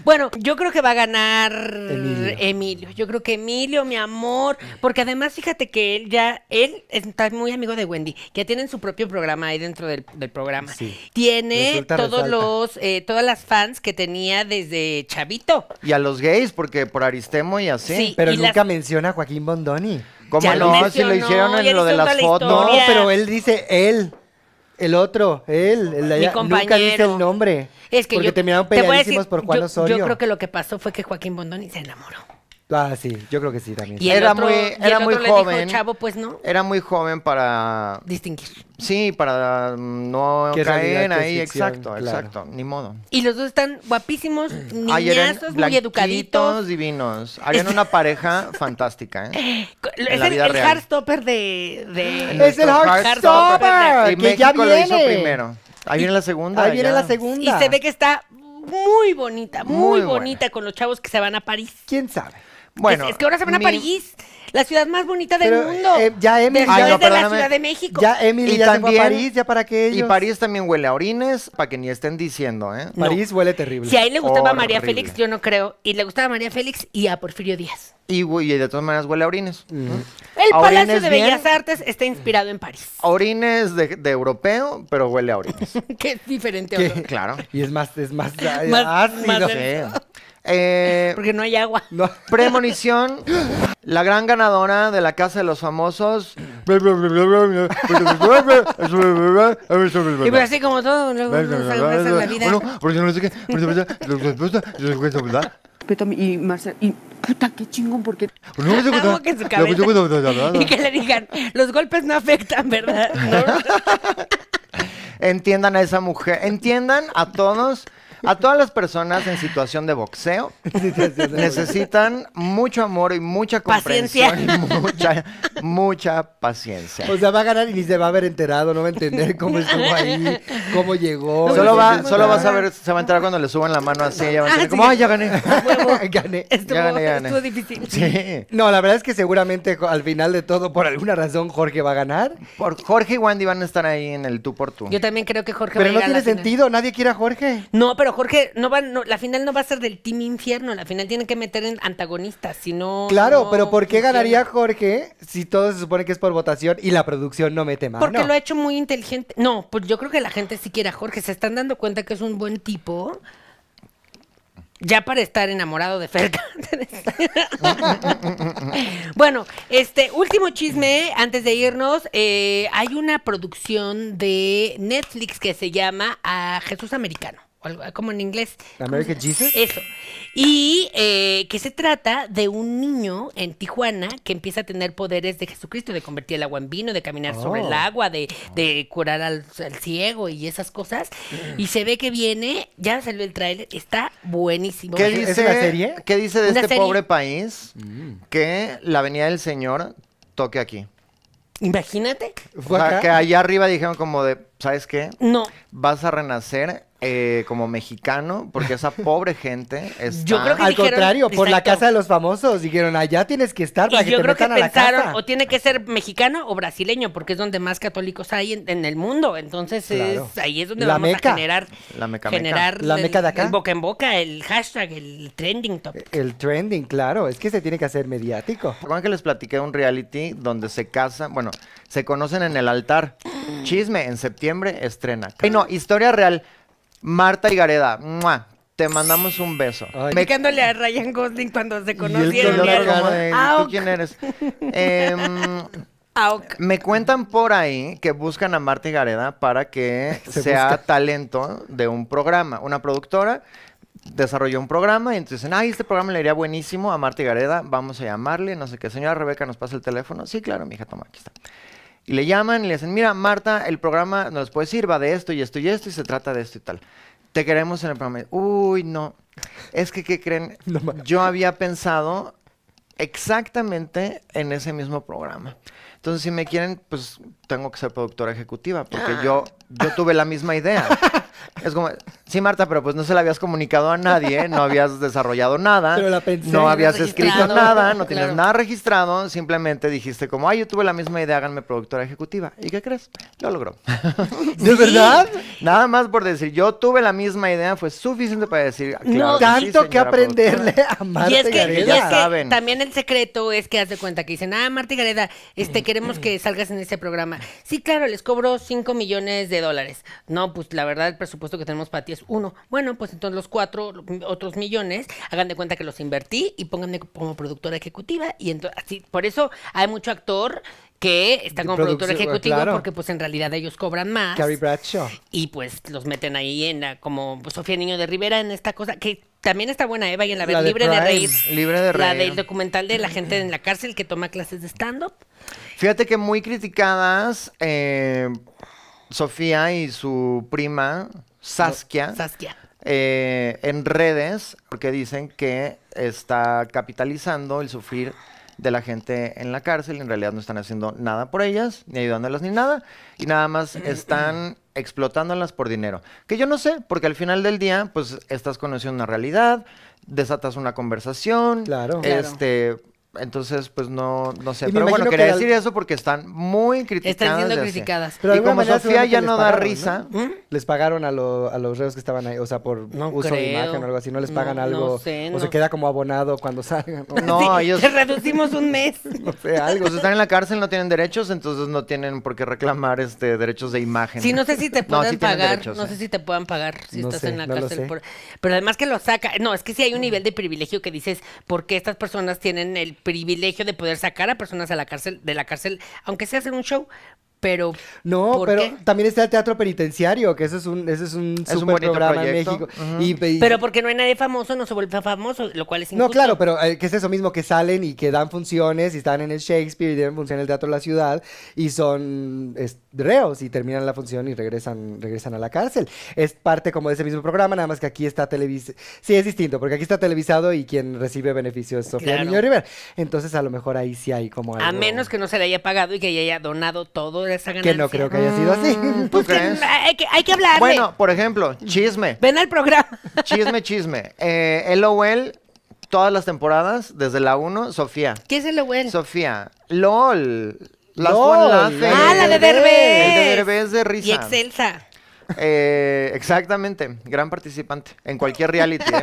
Speaker 2: Bueno, yo creo que va a ganar Emilio.
Speaker 1: Emilio.
Speaker 2: Yo creo que Emilio, mi amor, porque además fíjate que él ya, él está muy amigo de Wendy, que tienen su propio programa ahí dentro del, del programa.
Speaker 1: Sí.
Speaker 2: Tiene
Speaker 1: Resulta,
Speaker 2: todos
Speaker 1: resalta.
Speaker 2: los, eh, todas las fans que tenía desde chavito.
Speaker 3: Y a los gays, porque por Aristemo y así.
Speaker 2: Sí.
Speaker 1: Pero
Speaker 2: Y las-
Speaker 1: nunca menciona a Joaquín Bondoni.
Speaker 3: ¿Cómo
Speaker 2: Ya lo
Speaker 3: no? Si lo
Speaker 2: mencionó,
Speaker 3: hicieron
Speaker 2: ya
Speaker 3: en lo de
Speaker 2: hicieron toda
Speaker 3: las
Speaker 2: la
Speaker 1: No,
Speaker 3: fotos.
Speaker 2: historia.
Speaker 1: pero él dice él, el otro, él, el de
Speaker 2: Mi
Speaker 1: allá, nunca dice
Speaker 2: compañero.
Speaker 1: el nombre.
Speaker 2: Es que
Speaker 1: porque
Speaker 2: yo,
Speaker 1: terminaron
Speaker 2: te voy a decir,
Speaker 1: peleadísimos por Juan
Speaker 2: yo-
Speaker 1: Osorio.
Speaker 2: Yo creo que lo que pasó fue que Joaquín Bondoni se enamoró.
Speaker 1: Ah, sí, yo creo que sí también.
Speaker 2: Y el
Speaker 3: Era
Speaker 2: otro,
Speaker 3: muy-
Speaker 2: y el
Speaker 3: era muy
Speaker 2: otro le dijo,
Speaker 3: joven.
Speaker 2: chavo, pues no,
Speaker 3: Era muy joven para
Speaker 2: distinguir.
Speaker 3: Sí, para mm, no
Speaker 1: Que
Speaker 3: caer
Speaker 1: realidad, que
Speaker 3: ahí,
Speaker 1: ficción,
Speaker 3: exacto,
Speaker 1: claro.
Speaker 3: exacto, ni modo.
Speaker 2: Y los dos están guapísimos,
Speaker 3: Ay, eran
Speaker 2: niñazos, muy
Speaker 3: blanquitos,
Speaker 2: educaditos.
Speaker 3: divinos.
Speaker 2: *laughs*
Speaker 3: Harían una pareja fantástica, ¿eh? en
Speaker 2: Es
Speaker 3: la
Speaker 2: el,
Speaker 3: vida
Speaker 2: el
Speaker 3: real.
Speaker 2: Heartstopper de, de-
Speaker 1: Es el
Speaker 2: Heartstopper.
Speaker 1: Heartstopper,
Speaker 3: Y
Speaker 1: Ah, que ya
Speaker 3: México lo hizo
Speaker 1: viene.
Speaker 3: primero. Ahí viene la segunda.
Speaker 1: Ahí viene
Speaker 3: ya.
Speaker 1: la segunda.
Speaker 2: Y se ve que está muy bonita, muy,
Speaker 3: Muy buena.
Speaker 2: bonita con los chavos que se van a París.
Speaker 1: ¿Quién sabe?
Speaker 3: Bueno,
Speaker 2: es, es que ahora se van a
Speaker 3: mi-
Speaker 2: París, la ciudad más bonita del
Speaker 1: Pero,
Speaker 2: mundo.
Speaker 1: eh, ya Emily-
Speaker 2: Después
Speaker 1: Ay, no,
Speaker 2: de la
Speaker 3: perdóname.
Speaker 2: Ciudad de México.
Speaker 1: Ya Emily
Speaker 3: Y
Speaker 1: ya se
Speaker 3: también-
Speaker 1: fue a París, ya para que
Speaker 3: Y
Speaker 1: ellos.
Speaker 3: París también huele a orines, para que ni estén diciendo, ¿eh?
Speaker 1: París huele terrible.
Speaker 2: Si a él le gustaba a María
Speaker 3: Horrible.
Speaker 2: Félix, yo no creo. Y le gustaba a María Félix y a Porfirio Díaz.
Speaker 3: Y, güey, de todas maneras huele a orines.
Speaker 1: Mm.
Speaker 2: El
Speaker 3: ¿A
Speaker 2: Palacio
Speaker 3: orines
Speaker 2: de
Speaker 3: bien?
Speaker 2: Bellas Artes está inspirado en París. *laughs*
Speaker 3: Orines de, de europeo, pero huele a orines.
Speaker 2: que es
Speaker 1: *laughs*
Speaker 2: diferente
Speaker 1: ¿Qué?
Speaker 2: olor. *laughs*
Speaker 3: claro.
Speaker 1: Y es más, es más, ah,
Speaker 2: Más-
Speaker 1: ácido.
Speaker 2: más
Speaker 3: Sí. Eh,
Speaker 2: Porque no hay agua.
Speaker 1: No. *laughs*
Speaker 3: premonición, la gran ganadora de la Casa de los Famosos.
Speaker 2: Y pero así como todo, luego uno se abraza en la vida.
Speaker 8: y Marcela, y puta, qué chingón, porque *laughs*
Speaker 2: Algo que en su cabeza. Y que le digan, los golpes no afectan, ¿verdad?
Speaker 1: *laughs*
Speaker 2: No.
Speaker 3: Entiendan a esa mujer, entiendan a todos, a todas las personas en situación de boxeo. Necesitan mucho amor y mucha
Speaker 2: Paciencia.
Speaker 3: comprensión y mucha, mucha paciencia.
Speaker 1: O sea, va a ganar y ni se va a haber enterado, no va a entender cómo estuvo ahí, cómo llegó.
Speaker 3: Solo va,
Speaker 1: Entonces,
Speaker 3: solo vas
Speaker 1: ah,
Speaker 3: a ver, se va a enterar cuando le suban la mano así, ya va a
Speaker 2: Ah,
Speaker 3: entender
Speaker 2: sí.
Speaker 3: como, ay,
Speaker 2: *laughs*
Speaker 3: ya gané.
Speaker 1: *laughs* Gané.
Speaker 2: Estuvo,
Speaker 3: Ya gané, ya gané.
Speaker 2: estuvo difícil.
Speaker 3: Sí.
Speaker 1: No, la verdad es que seguramente jo- al final de todo, por alguna razón, Jorge va a ganar.
Speaker 3: Por Jorge y Wendy van a estar ahí en el tú por tú.
Speaker 2: Yo también creo que Jorge va
Speaker 1: Pero
Speaker 2: a
Speaker 1: no
Speaker 2: llegar
Speaker 1: tiene
Speaker 2: a la final.
Speaker 1: sentido, nadie quiere a Jorge.
Speaker 2: No, pero Jorge, no va, no, la final no va a ser del Team Infierno. La final tienen que meter en antagonistas, si no.
Speaker 1: Claro,
Speaker 2: no
Speaker 1: pero ¿por qué
Speaker 2: funciona.
Speaker 1: ganaría Jorge si todo se supone que es por votación y la producción no mete mano?
Speaker 2: Porque lo ha hecho muy inteligente. No, pues yo creo que la gente sí quiere a Jorge. Se están dando cuenta que es un buen tipo. Ya para estar enamorado de Fer Cáceres. *laughs* bueno, este último chisme, antes de irnos, eh, hay una producción de Netflix que se llama A Jesús Americano, o algo, como en inglés.
Speaker 1: American Jesus.
Speaker 2: Eso. Y eh, que se trata de un niño en Tijuana que empieza a tener poderes de Jesucristo, de convertir el agua en vino, de caminar sobre
Speaker 3: Oh.
Speaker 2: el agua, de, de curar al, al ciego y esas cosas. Y se ve que viene, ya salió el tráiler, está buenísimo.
Speaker 3: ¿Qué
Speaker 1: ¿Es
Speaker 3: dice,
Speaker 1: una serie?
Speaker 3: ¿Qué dice de
Speaker 2: Una
Speaker 3: este
Speaker 2: serie.
Speaker 3: pobre país que la Avenida del Señor toque aquí?
Speaker 2: Imagínate.
Speaker 1: Fue
Speaker 3: O sea,
Speaker 1: acá.
Speaker 3: que allá arriba dijeron como de, ¿sabes qué?
Speaker 2: No.
Speaker 3: Vas a renacer eh, como mexicano
Speaker 1: *laughs*
Speaker 3: porque esa pobre gente está...
Speaker 2: Yo creo que-
Speaker 1: Al
Speaker 2: dijeron-
Speaker 1: contrario, por la
Speaker 2: Exacto.
Speaker 1: casa de los famosos dijeron, allá tienes que estar para
Speaker 2: Y
Speaker 1: que
Speaker 2: yo
Speaker 1: te
Speaker 2: creo que
Speaker 1: metan a la
Speaker 2: pensaron,
Speaker 1: casa.
Speaker 2: o tiene que ser mexicano o brasileño, porque es donde más católicos hay en, en el mundo. Entonces,
Speaker 1: Claro.
Speaker 2: es- ahí es donde
Speaker 1: La
Speaker 2: vamos
Speaker 1: meca.
Speaker 2: a generar,
Speaker 3: La meca meca.
Speaker 2: generar
Speaker 1: La
Speaker 2: el-
Speaker 1: meca de acá. Eh,
Speaker 2: el boca en boca, el hashtag, el trending top.
Speaker 1: El trending, claro, es que se tiene que hacer mediático.
Speaker 3: ¿Recuerdan que les platiqué de un reality donde se casan, bueno, se conocen en el altar? Chisme, en septiembre estrena. Y no, historia real. Marta y Gareda, ¡mua! te mandamos un beso.
Speaker 1: Ay.
Speaker 3: Me
Speaker 2: Explicándole a Ryan Gosling cuando se
Speaker 3: Y el
Speaker 2: conocieron.
Speaker 3: otro
Speaker 2: y algo.
Speaker 3: como
Speaker 1: eh,
Speaker 3: de, ¿tú
Speaker 1: Ah,
Speaker 2: Auk,
Speaker 1: *laughs*
Speaker 3: quién eres? Em,
Speaker 2: auk.
Speaker 3: me cuentan por ahí que buscan a Marta y Gareda para que
Speaker 1: *laughs* Se
Speaker 3: sea
Speaker 1: busca.
Speaker 3: talento de un programa. Una productora desarrolló un programa y entonces dicen, ay, este programa le iría buenísimo a Marta y Gareda, vamos a llamarle, no sé qué. Señora Rebeca, ¿nos pasa el teléfono? Sí, claro, mi hija, toma, aquí está. Y le llaman y le dicen, mira, Marta, el programa nos puede decir, va de esto y esto y esto y se trata de esto y tal. Te queremos en el programa. Uy, no. Es que,
Speaker 1: *laughs*
Speaker 3: ¿qué creen? Yo había pensado exactamente en ese mismo programa. Entonces, si me quieren, pues tengo que ser productora ejecutiva, porque yo,
Speaker 1: Ah.
Speaker 3: yo tuve la
Speaker 1: *laughs*
Speaker 3: misma idea. Es como, sí, Marta, pero pues no se la habías comunicado a nadie, no habías desarrollado nada,
Speaker 1: Pero la pensé,
Speaker 3: no
Speaker 1: no
Speaker 3: habías escrito
Speaker 2: registrado.
Speaker 3: nada, no tienes
Speaker 2: Claro.
Speaker 3: nada registrado, simplemente dijiste como, ay, yo tuve la misma idea, háganme productora ejecutiva. ¿Y qué crees? Lo logró.
Speaker 1: *laughs* ¿De verdad?
Speaker 3: Nada más por decir, yo tuve la misma idea, fue suficiente para decir, "Ah, "Claro
Speaker 2: No,
Speaker 3: sí,
Speaker 1: Tanto que
Speaker 3: señora
Speaker 1: aprenderle a Marta
Speaker 2: Y es que,
Speaker 1: Gareda.
Speaker 2: y
Speaker 3: Ya
Speaker 2: es que
Speaker 3: saben.
Speaker 2: también el secreto es que haz de cuenta que dicen, ah, Marta y Gareda, este, queremos que salgas en ese programa. Sí, claro, les cobro 5 millones de dólares. No, pues la verdad el presupuesto que tenemos para ti es uno. Bueno, pues entonces los cuatro lo- otros millones, hagan de cuenta que los invertí y pónganme como productora ejecutiva. Y entonces, así, por eso hay mucho actor que está
Speaker 1: De
Speaker 2: como productor
Speaker 1: producción,
Speaker 2: ejecutivo
Speaker 1: claro.
Speaker 2: porque pues en realidad ellos cobran más
Speaker 1: Carrie Bradshaw.
Speaker 2: y pues los meten ahí en la, como Sofía Niño de Rivera en esta cosa que también está buena ¿eh? Eva y en la,
Speaker 1: La
Speaker 2: vez
Speaker 1: de
Speaker 2: libre de
Speaker 1: Prime,
Speaker 2: reír
Speaker 3: libre de
Speaker 2: la
Speaker 3: reír.
Speaker 2: del documental de la gente en la cárcel que toma clases de stand up
Speaker 3: Fíjate que muy criticadas eh, Sofía y su prima Saskia,
Speaker 2: Saskia
Speaker 3: eh, en redes porque dicen que está capitalizando el sufrir de la gente
Speaker 1: *clears throat*
Speaker 3: en la cárcel. En realidad no están haciendo nada por ellas, ni ayudándolas ni nada. Y nada más están explotándolas por dinero. Que yo no sé, porque al final del día, pues estás conociendo una realidad, desatas una conversación.
Speaker 1: Claro. Claro.
Speaker 3: Este. Entonces, pues no, no
Speaker 1: Y
Speaker 3: sé.
Speaker 1: me
Speaker 3: Pero bueno,
Speaker 1: imagino
Speaker 3: quería
Speaker 1: que al-
Speaker 3: decir eso porque están muy criticadas.
Speaker 2: Están siendo
Speaker 3: de así.
Speaker 2: criticadas.
Speaker 1: Pero de
Speaker 3: y
Speaker 1: alguna
Speaker 3: como
Speaker 1: manera
Speaker 3: Sofía
Speaker 1: seguramente
Speaker 3: ya no
Speaker 1: les
Speaker 3: da
Speaker 1: pagaron,
Speaker 3: risa,
Speaker 1: ¿no? Les pagaron a, lo- a los reos que estaban ahí, o sea, por
Speaker 2: ¿Mm? No
Speaker 1: uso de
Speaker 2: creo.
Speaker 1: imagen o algo así, no les
Speaker 2: No,
Speaker 1: pagan
Speaker 2: no
Speaker 1: algo,
Speaker 2: sé,
Speaker 1: o se
Speaker 2: no.
Speaker 1: queda como abonado cuando *laughs* salgan, o
Speaker 2: *laughs*
Speaker 3: no,
Speaker 2: Sí,
Speaker 3: ellos
Speaker 2: Te reducimos un mes.
Speaker 1: no sé, algo.
Speaker 3: pues están en la cárcel, no tienen derechos, entonces no tienen por qué reclamar este derechos de imagen.
Speaker 2: Sí, no sé si te
Speaker 3: *laughs* No,
Speaker 2: puedan
Speaker 3: sí tienen
Speaker 2: pagar,
Speaker 3: derechos,
Speaker 2: no
Speaker 3: ¿eh?
Speaker 2: sé si te puedan pagar si
Speaker 1: No
Speaker 2: estás
Speaker 1: sé,
Speaker 2: en la
Speaker 1: no lo sé.
Speaker 2: cárcel. por- Pero además que lo saca, no, es que sí hay un nivel de privilegio que dices, porque estas personas tienen el privilegio de poder sacar a personas a la cárcel, de la cárcel, aunque sea hacer un show, pero
Speaker 1: No,
Speaker 2: ¿por
Speaker 1: pero
Speaker 2: qué?
Speaker 1: también está el teatro penitenciario, que ese es un, ese es un
Speaker 3: Es un
Speaker 1: super
Speaker 3: bonito
Speaker 1: programa
Speaker 3: proyecto,
Speaker 1: en México. Y- y-
Speaker 2: Pero porque no hay nadie famoso, no se vuelve famoso, lo cual es injusto.
Speaker 1: No, claro, pero eh, que es eso mismo, que salen y que dan funciones y están en el Shakespeare y tienen función en el Teatro de la Ciudad y son es, reos y terminan la función y regresan, regresan a la cárcel. Es parte como de ese mismo programa, nada más que aquí está televisado. Sí, es distinto, porque aquí está televisado y quien recibe beneficios es Sofía
Speaker 2: Claro.
Speaker 1: Niño River. Entonces a lo mejor ahí sí hay como algo.
Speaker 2: A menos que no se le haya pagado y que ella haya donado toda esa ganancia.
Speaker 1: Que no creo que haya sido así. *laughs*
Speaker 3: ¿Tú
Speaker 2: *laughs* Pues que
Speaker 3: crees?
Speaker 2: hay que, hay que hablarle.
Speaker 3: Bueno, por ejemplo, chisme.
Speaker 2: Ven al programa.
Speaker 3: Chisme, chisme. Eh, LOL, todas las temporadas, desde la 1, Sofía.
Speaker 2: *laughs* ¿Qué es el Owen?
Speaker 3: Sofía. LOL. Las
Speaker 1: LOL,
Speaker 3: One
Speaker 1: la
Speaker 3: Laughing.
Speaker 1: de
Speaker 2: ah, la de
Speaker 1: Derbez.
Speaker 2: Derbez.
Speaker 3: El de Derbez de risa.
Speaker 2: Y Excelsa.
Speaker 3: Eh, exactamente, gran participante. En cualquier reality,
Speaker 2: *laughs*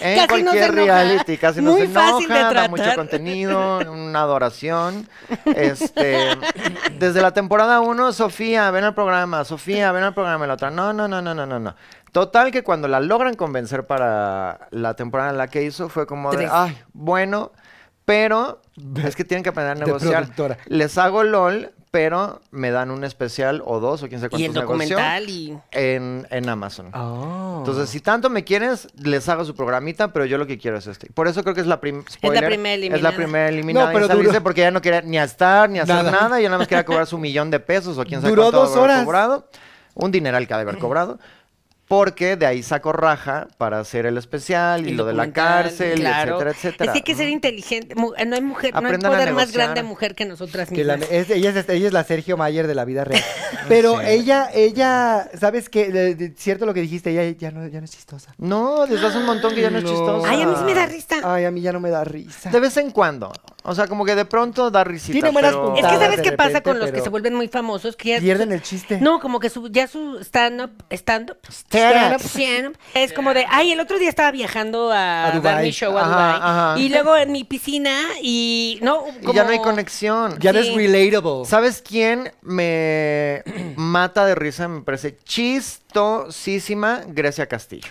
Speaker 3: ¿eh?
Speaker 2: Casi
Speaker 3: En
Speaker 2: no se
Speaker 3: cualquier
Speaker 2: enoja.
Speaker 3: reality, casi no
Speaker 2: Muy
Speaker 3: se enoja,
Speaker 2: fácil de
Speaker 3: da
Speaker 2: tratar.
Speaker 3: mucho contenido, una adoración. Este, desde la temporada 1, Sofía, ven al programa, Sofía, ven al programa, la otra, no, no, no, no, no, no, no. Total que cuando la logran convencer para la temporada en la que hizo, fue como de,
Speaker 2: Tres.
Speaker 3: ay, bueno, pero es que tienen que aprender a
Speaker 1: De
Speaker 3: negociar.
Speaker 1: productora.
Speaker 3: Les hago LOL, pero me dan un especial o dos o quién sabe
Speaker 2: Y el
Speaker 3: cuántos negoció
Speaker 2: documental y...
Speaker 3: en, en Amazon.
Speaker 1: Oh.
Speaker 3: Entonces, si tanto me quieres, les hago su programita, pero yo lo que quiero es este. Por eso creo que es la, prim- spoiler,
Speaker 2: primera
Speaker 3: Es la
Speaker 2: eliminada.
Speaker 3: primera eliminada.
Speaker 1: No,
Speaker 3: y
Speaker 1: pero
Speaker 3: se abriste
Speaker 1: duró-
Speaker 3: porque ya no quería ni estar, ni hacer
Speaker 1: Nada.
Speaker 3: nada. y ya nada más quería cobrar su millón de pesos o quién sabe
Speaker 1: Duró
Speaker 3: cuánto
Speaker 1: dos
Speaker 3: habrá
Speaker 1: horas.
Speaker 3: cobrado. Un dineral que ha de haber cobrado. Porque de ahí saco raja para hacer el especial y
Speaker 2: el
Speaker 3: lo de la
Speaker 2: documental,
Speaker 3: cárcel, y
Speaker 2: claro.
Speaker 3: etcétera, etcétera.
Speaker 2: Es que hay que ser inteligente. Mu- eh, No hay mujer,
Speaker 3: Aprendan
Speaker 2: no
Speaker 3: a
Speaker 2: hay poder más
Speaker 3: negociar.
Speaker 2: grande mujer que nosotras
Speaker 1: Que la-
Speaker 2: mismas.
Speaker 1: es- ella, es, ella es la Sergio Mayer de la vida
Speaker 2: *laughs*
Speaker 1: real. Pero ella, ella, ¿sabes qué? De- de- cierto lo que dijiste, ella ya no, ya no es chistosa.
Speaker 3: No, desde hace un montón que ya no, es
Speaker 1: No.
Speaker 3: chistoso.
Speaker 2: Ay, a mí sí me da risa.
Speaker 1: Ay, a mí ya no me da risa.
Speaker 3: De vez en cuando. O sea, como que de pronto da risita.
Speaker 1: Tiene buenas
Speaker 3: pero-
Speaker 2: Es que
Speaker 1: puntadas.
Speaker 2: ¿sabes
Speaker 1: de
Speaker 2: qué pasa
Speaker 1: repente,
Speaker 2: con los que
Speaker 1: pero
Speaker 2: se vuelven muy famosos? Que ya-
Speaker 1: Pierden el chiste.
Speaker 2: No, como que su, ya su stand-up, stand-up,
Speaker 3: Stand-up.
Speaker 2: stand-up, stand-up, es como de, ay, el otro día estaba viajando a,
Speaker 1: A Dubái.
Speaker 2: dar mi show a
Speaker 3: Ajá,
Speaker 2: Dubái,
Speaker 3: ajá.
Speaker 2: y luego en mi piscina, y no,
Speaker 3: Y ya no hay
Speaker 2: como-
Speaker 3: conexión.
Speaker 1: Ya no es
Speaker 2: Sí.
Speaker 1: relatable.
Speaker 3: ¿Sabes quién me *clears throat* mata de risa? Me parece chistosísima Grecia Castillo.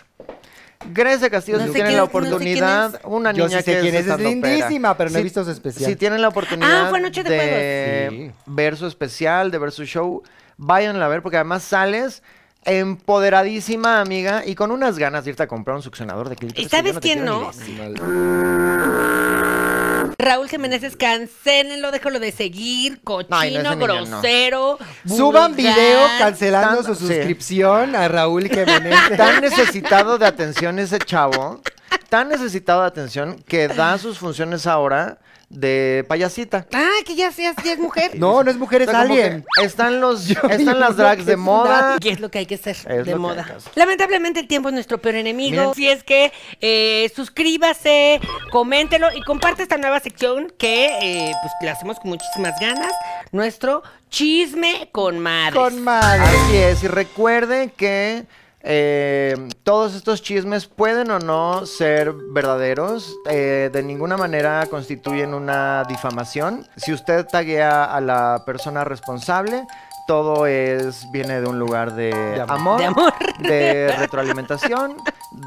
Speaker 3: Grecia Castillo,
Speaker 2: No
Speaker 3: si
Speaker 2: sé
Speaker 3: tienen
Speaker 2: quién
Speaker 3: la
Speaker 2: es, no sé quién
Speaker 3: oportunidad,
Speaker 2: es.
Speaker 3: una
Speaker 1: Yo
Speaker 3: niña
Speaker 1: sí sé
Speaker 3: que
Speaker 1: quién es, es
Speaker 3: estandopera.
Speaker 1: lindísima, pero no he
Speaker 3: Si-
Speaker 1: visto su especial.
Speaker 3: Si tienen la oportunidad
Speaker 2: Ah, fue Noche de
Speaker 3: de ver su especial, de ver su show, váyanla a ver porque además sales empoderadísima, amiga, y con unas ganas de irte a comprar un succionador de clítoris.
Speaker 2: ¿Y
Speaker 3: que yo
Speaker 2: sabes
Speaker 3: te
Speaker 2: quién
Speaker 3: quiero ni
Speaker 2: no?
Speaker 3: decir.
Speaker 2: Raúl Jiménez, cancelenlo, déjalo de seguir, cochino,
Speaker 3: ese niño no.
Speaker 2: grosero.
Speaker 1: Suban
Speaker 2: vulgar.
Speaker 1: video cancelando
Speaker 3: Tan-
Speaker 1: su
Speaker 3: sí.
Speaker 1: suscripción a Raúl
Speaker 3: tan
Speaker 2: *laughs*
Speaker 1: Jiménez.
Speaker 3: necesitado de atención ese chavo, tan necesitado de atención que da sus funciones ahora de payasita.
Speaker 2: Ah, que ya seas, ya es mujer.
Speaker 1: no, no es mujer,
Speaker 3: O
Speaker 1: es
Speaker 3: sea, como que
Speaker 1: alguien. *laughs*
Speaker 3: Están los,
Speaker 1: digo
Speaker 3: están las
Speaker 1: lo
Speaker 3: drags
Speaker 1: que
Speaker 3: de
Speaker 1: es
Speaker 3: moda. *laughs*
Speaker 2: Y es lo que hay que hacer
Speaker 3: lo que
Speaker 2: de
Speaker 3: hay
Speaker 2: moda.
Speaker 3: que hacer.
Speaker 2: Lamentablemente el tiempo es nuestro peor enemigo.
Speaker 3: Miren.
Speaker 2: Si es que eh, suscríbase, coméntelo y comparte esta nueva sección que eh, pues la hacemos con muchísimas ganas. Nuestro chisme con madres.
Speaker 1: Con madre.
Speaker 3: Así es, y recuerde que eh, todos estos chismes pueden o no ser verdaderos, eh, de ninguna manera constituyen una difamación. Si usted taguea a la persona responsable, todo es viene de un lugar de,
Speaker 2: amor.
Speaker 3: amor,
Speaker 2: De amor.
Speaker 3: de retroalimentación,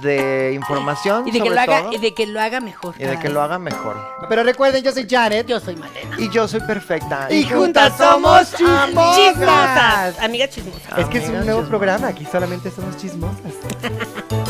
Speaker 3: de información
Speaker 2: y de que
Speaker 3: sobre
Speaker 2: lo haga,
Speaker 3: todo,
Speaker 2: y de que lo haga mejor.
Speaker 3: y de que lo haga mejor.
Speaker 1: Pero recuerden, yo soy Janet.
Speaker 2: Yo soy Malena.
Speaker 3: Y yo soy perfecta.
Speaker 1: Y juntas somos
Speaker 3: amorosas.
Speaker 2: chismosas. Amigas chismosas.
Speaker 1: Es que es un nuevo programa, aquí solamente somos chismosas.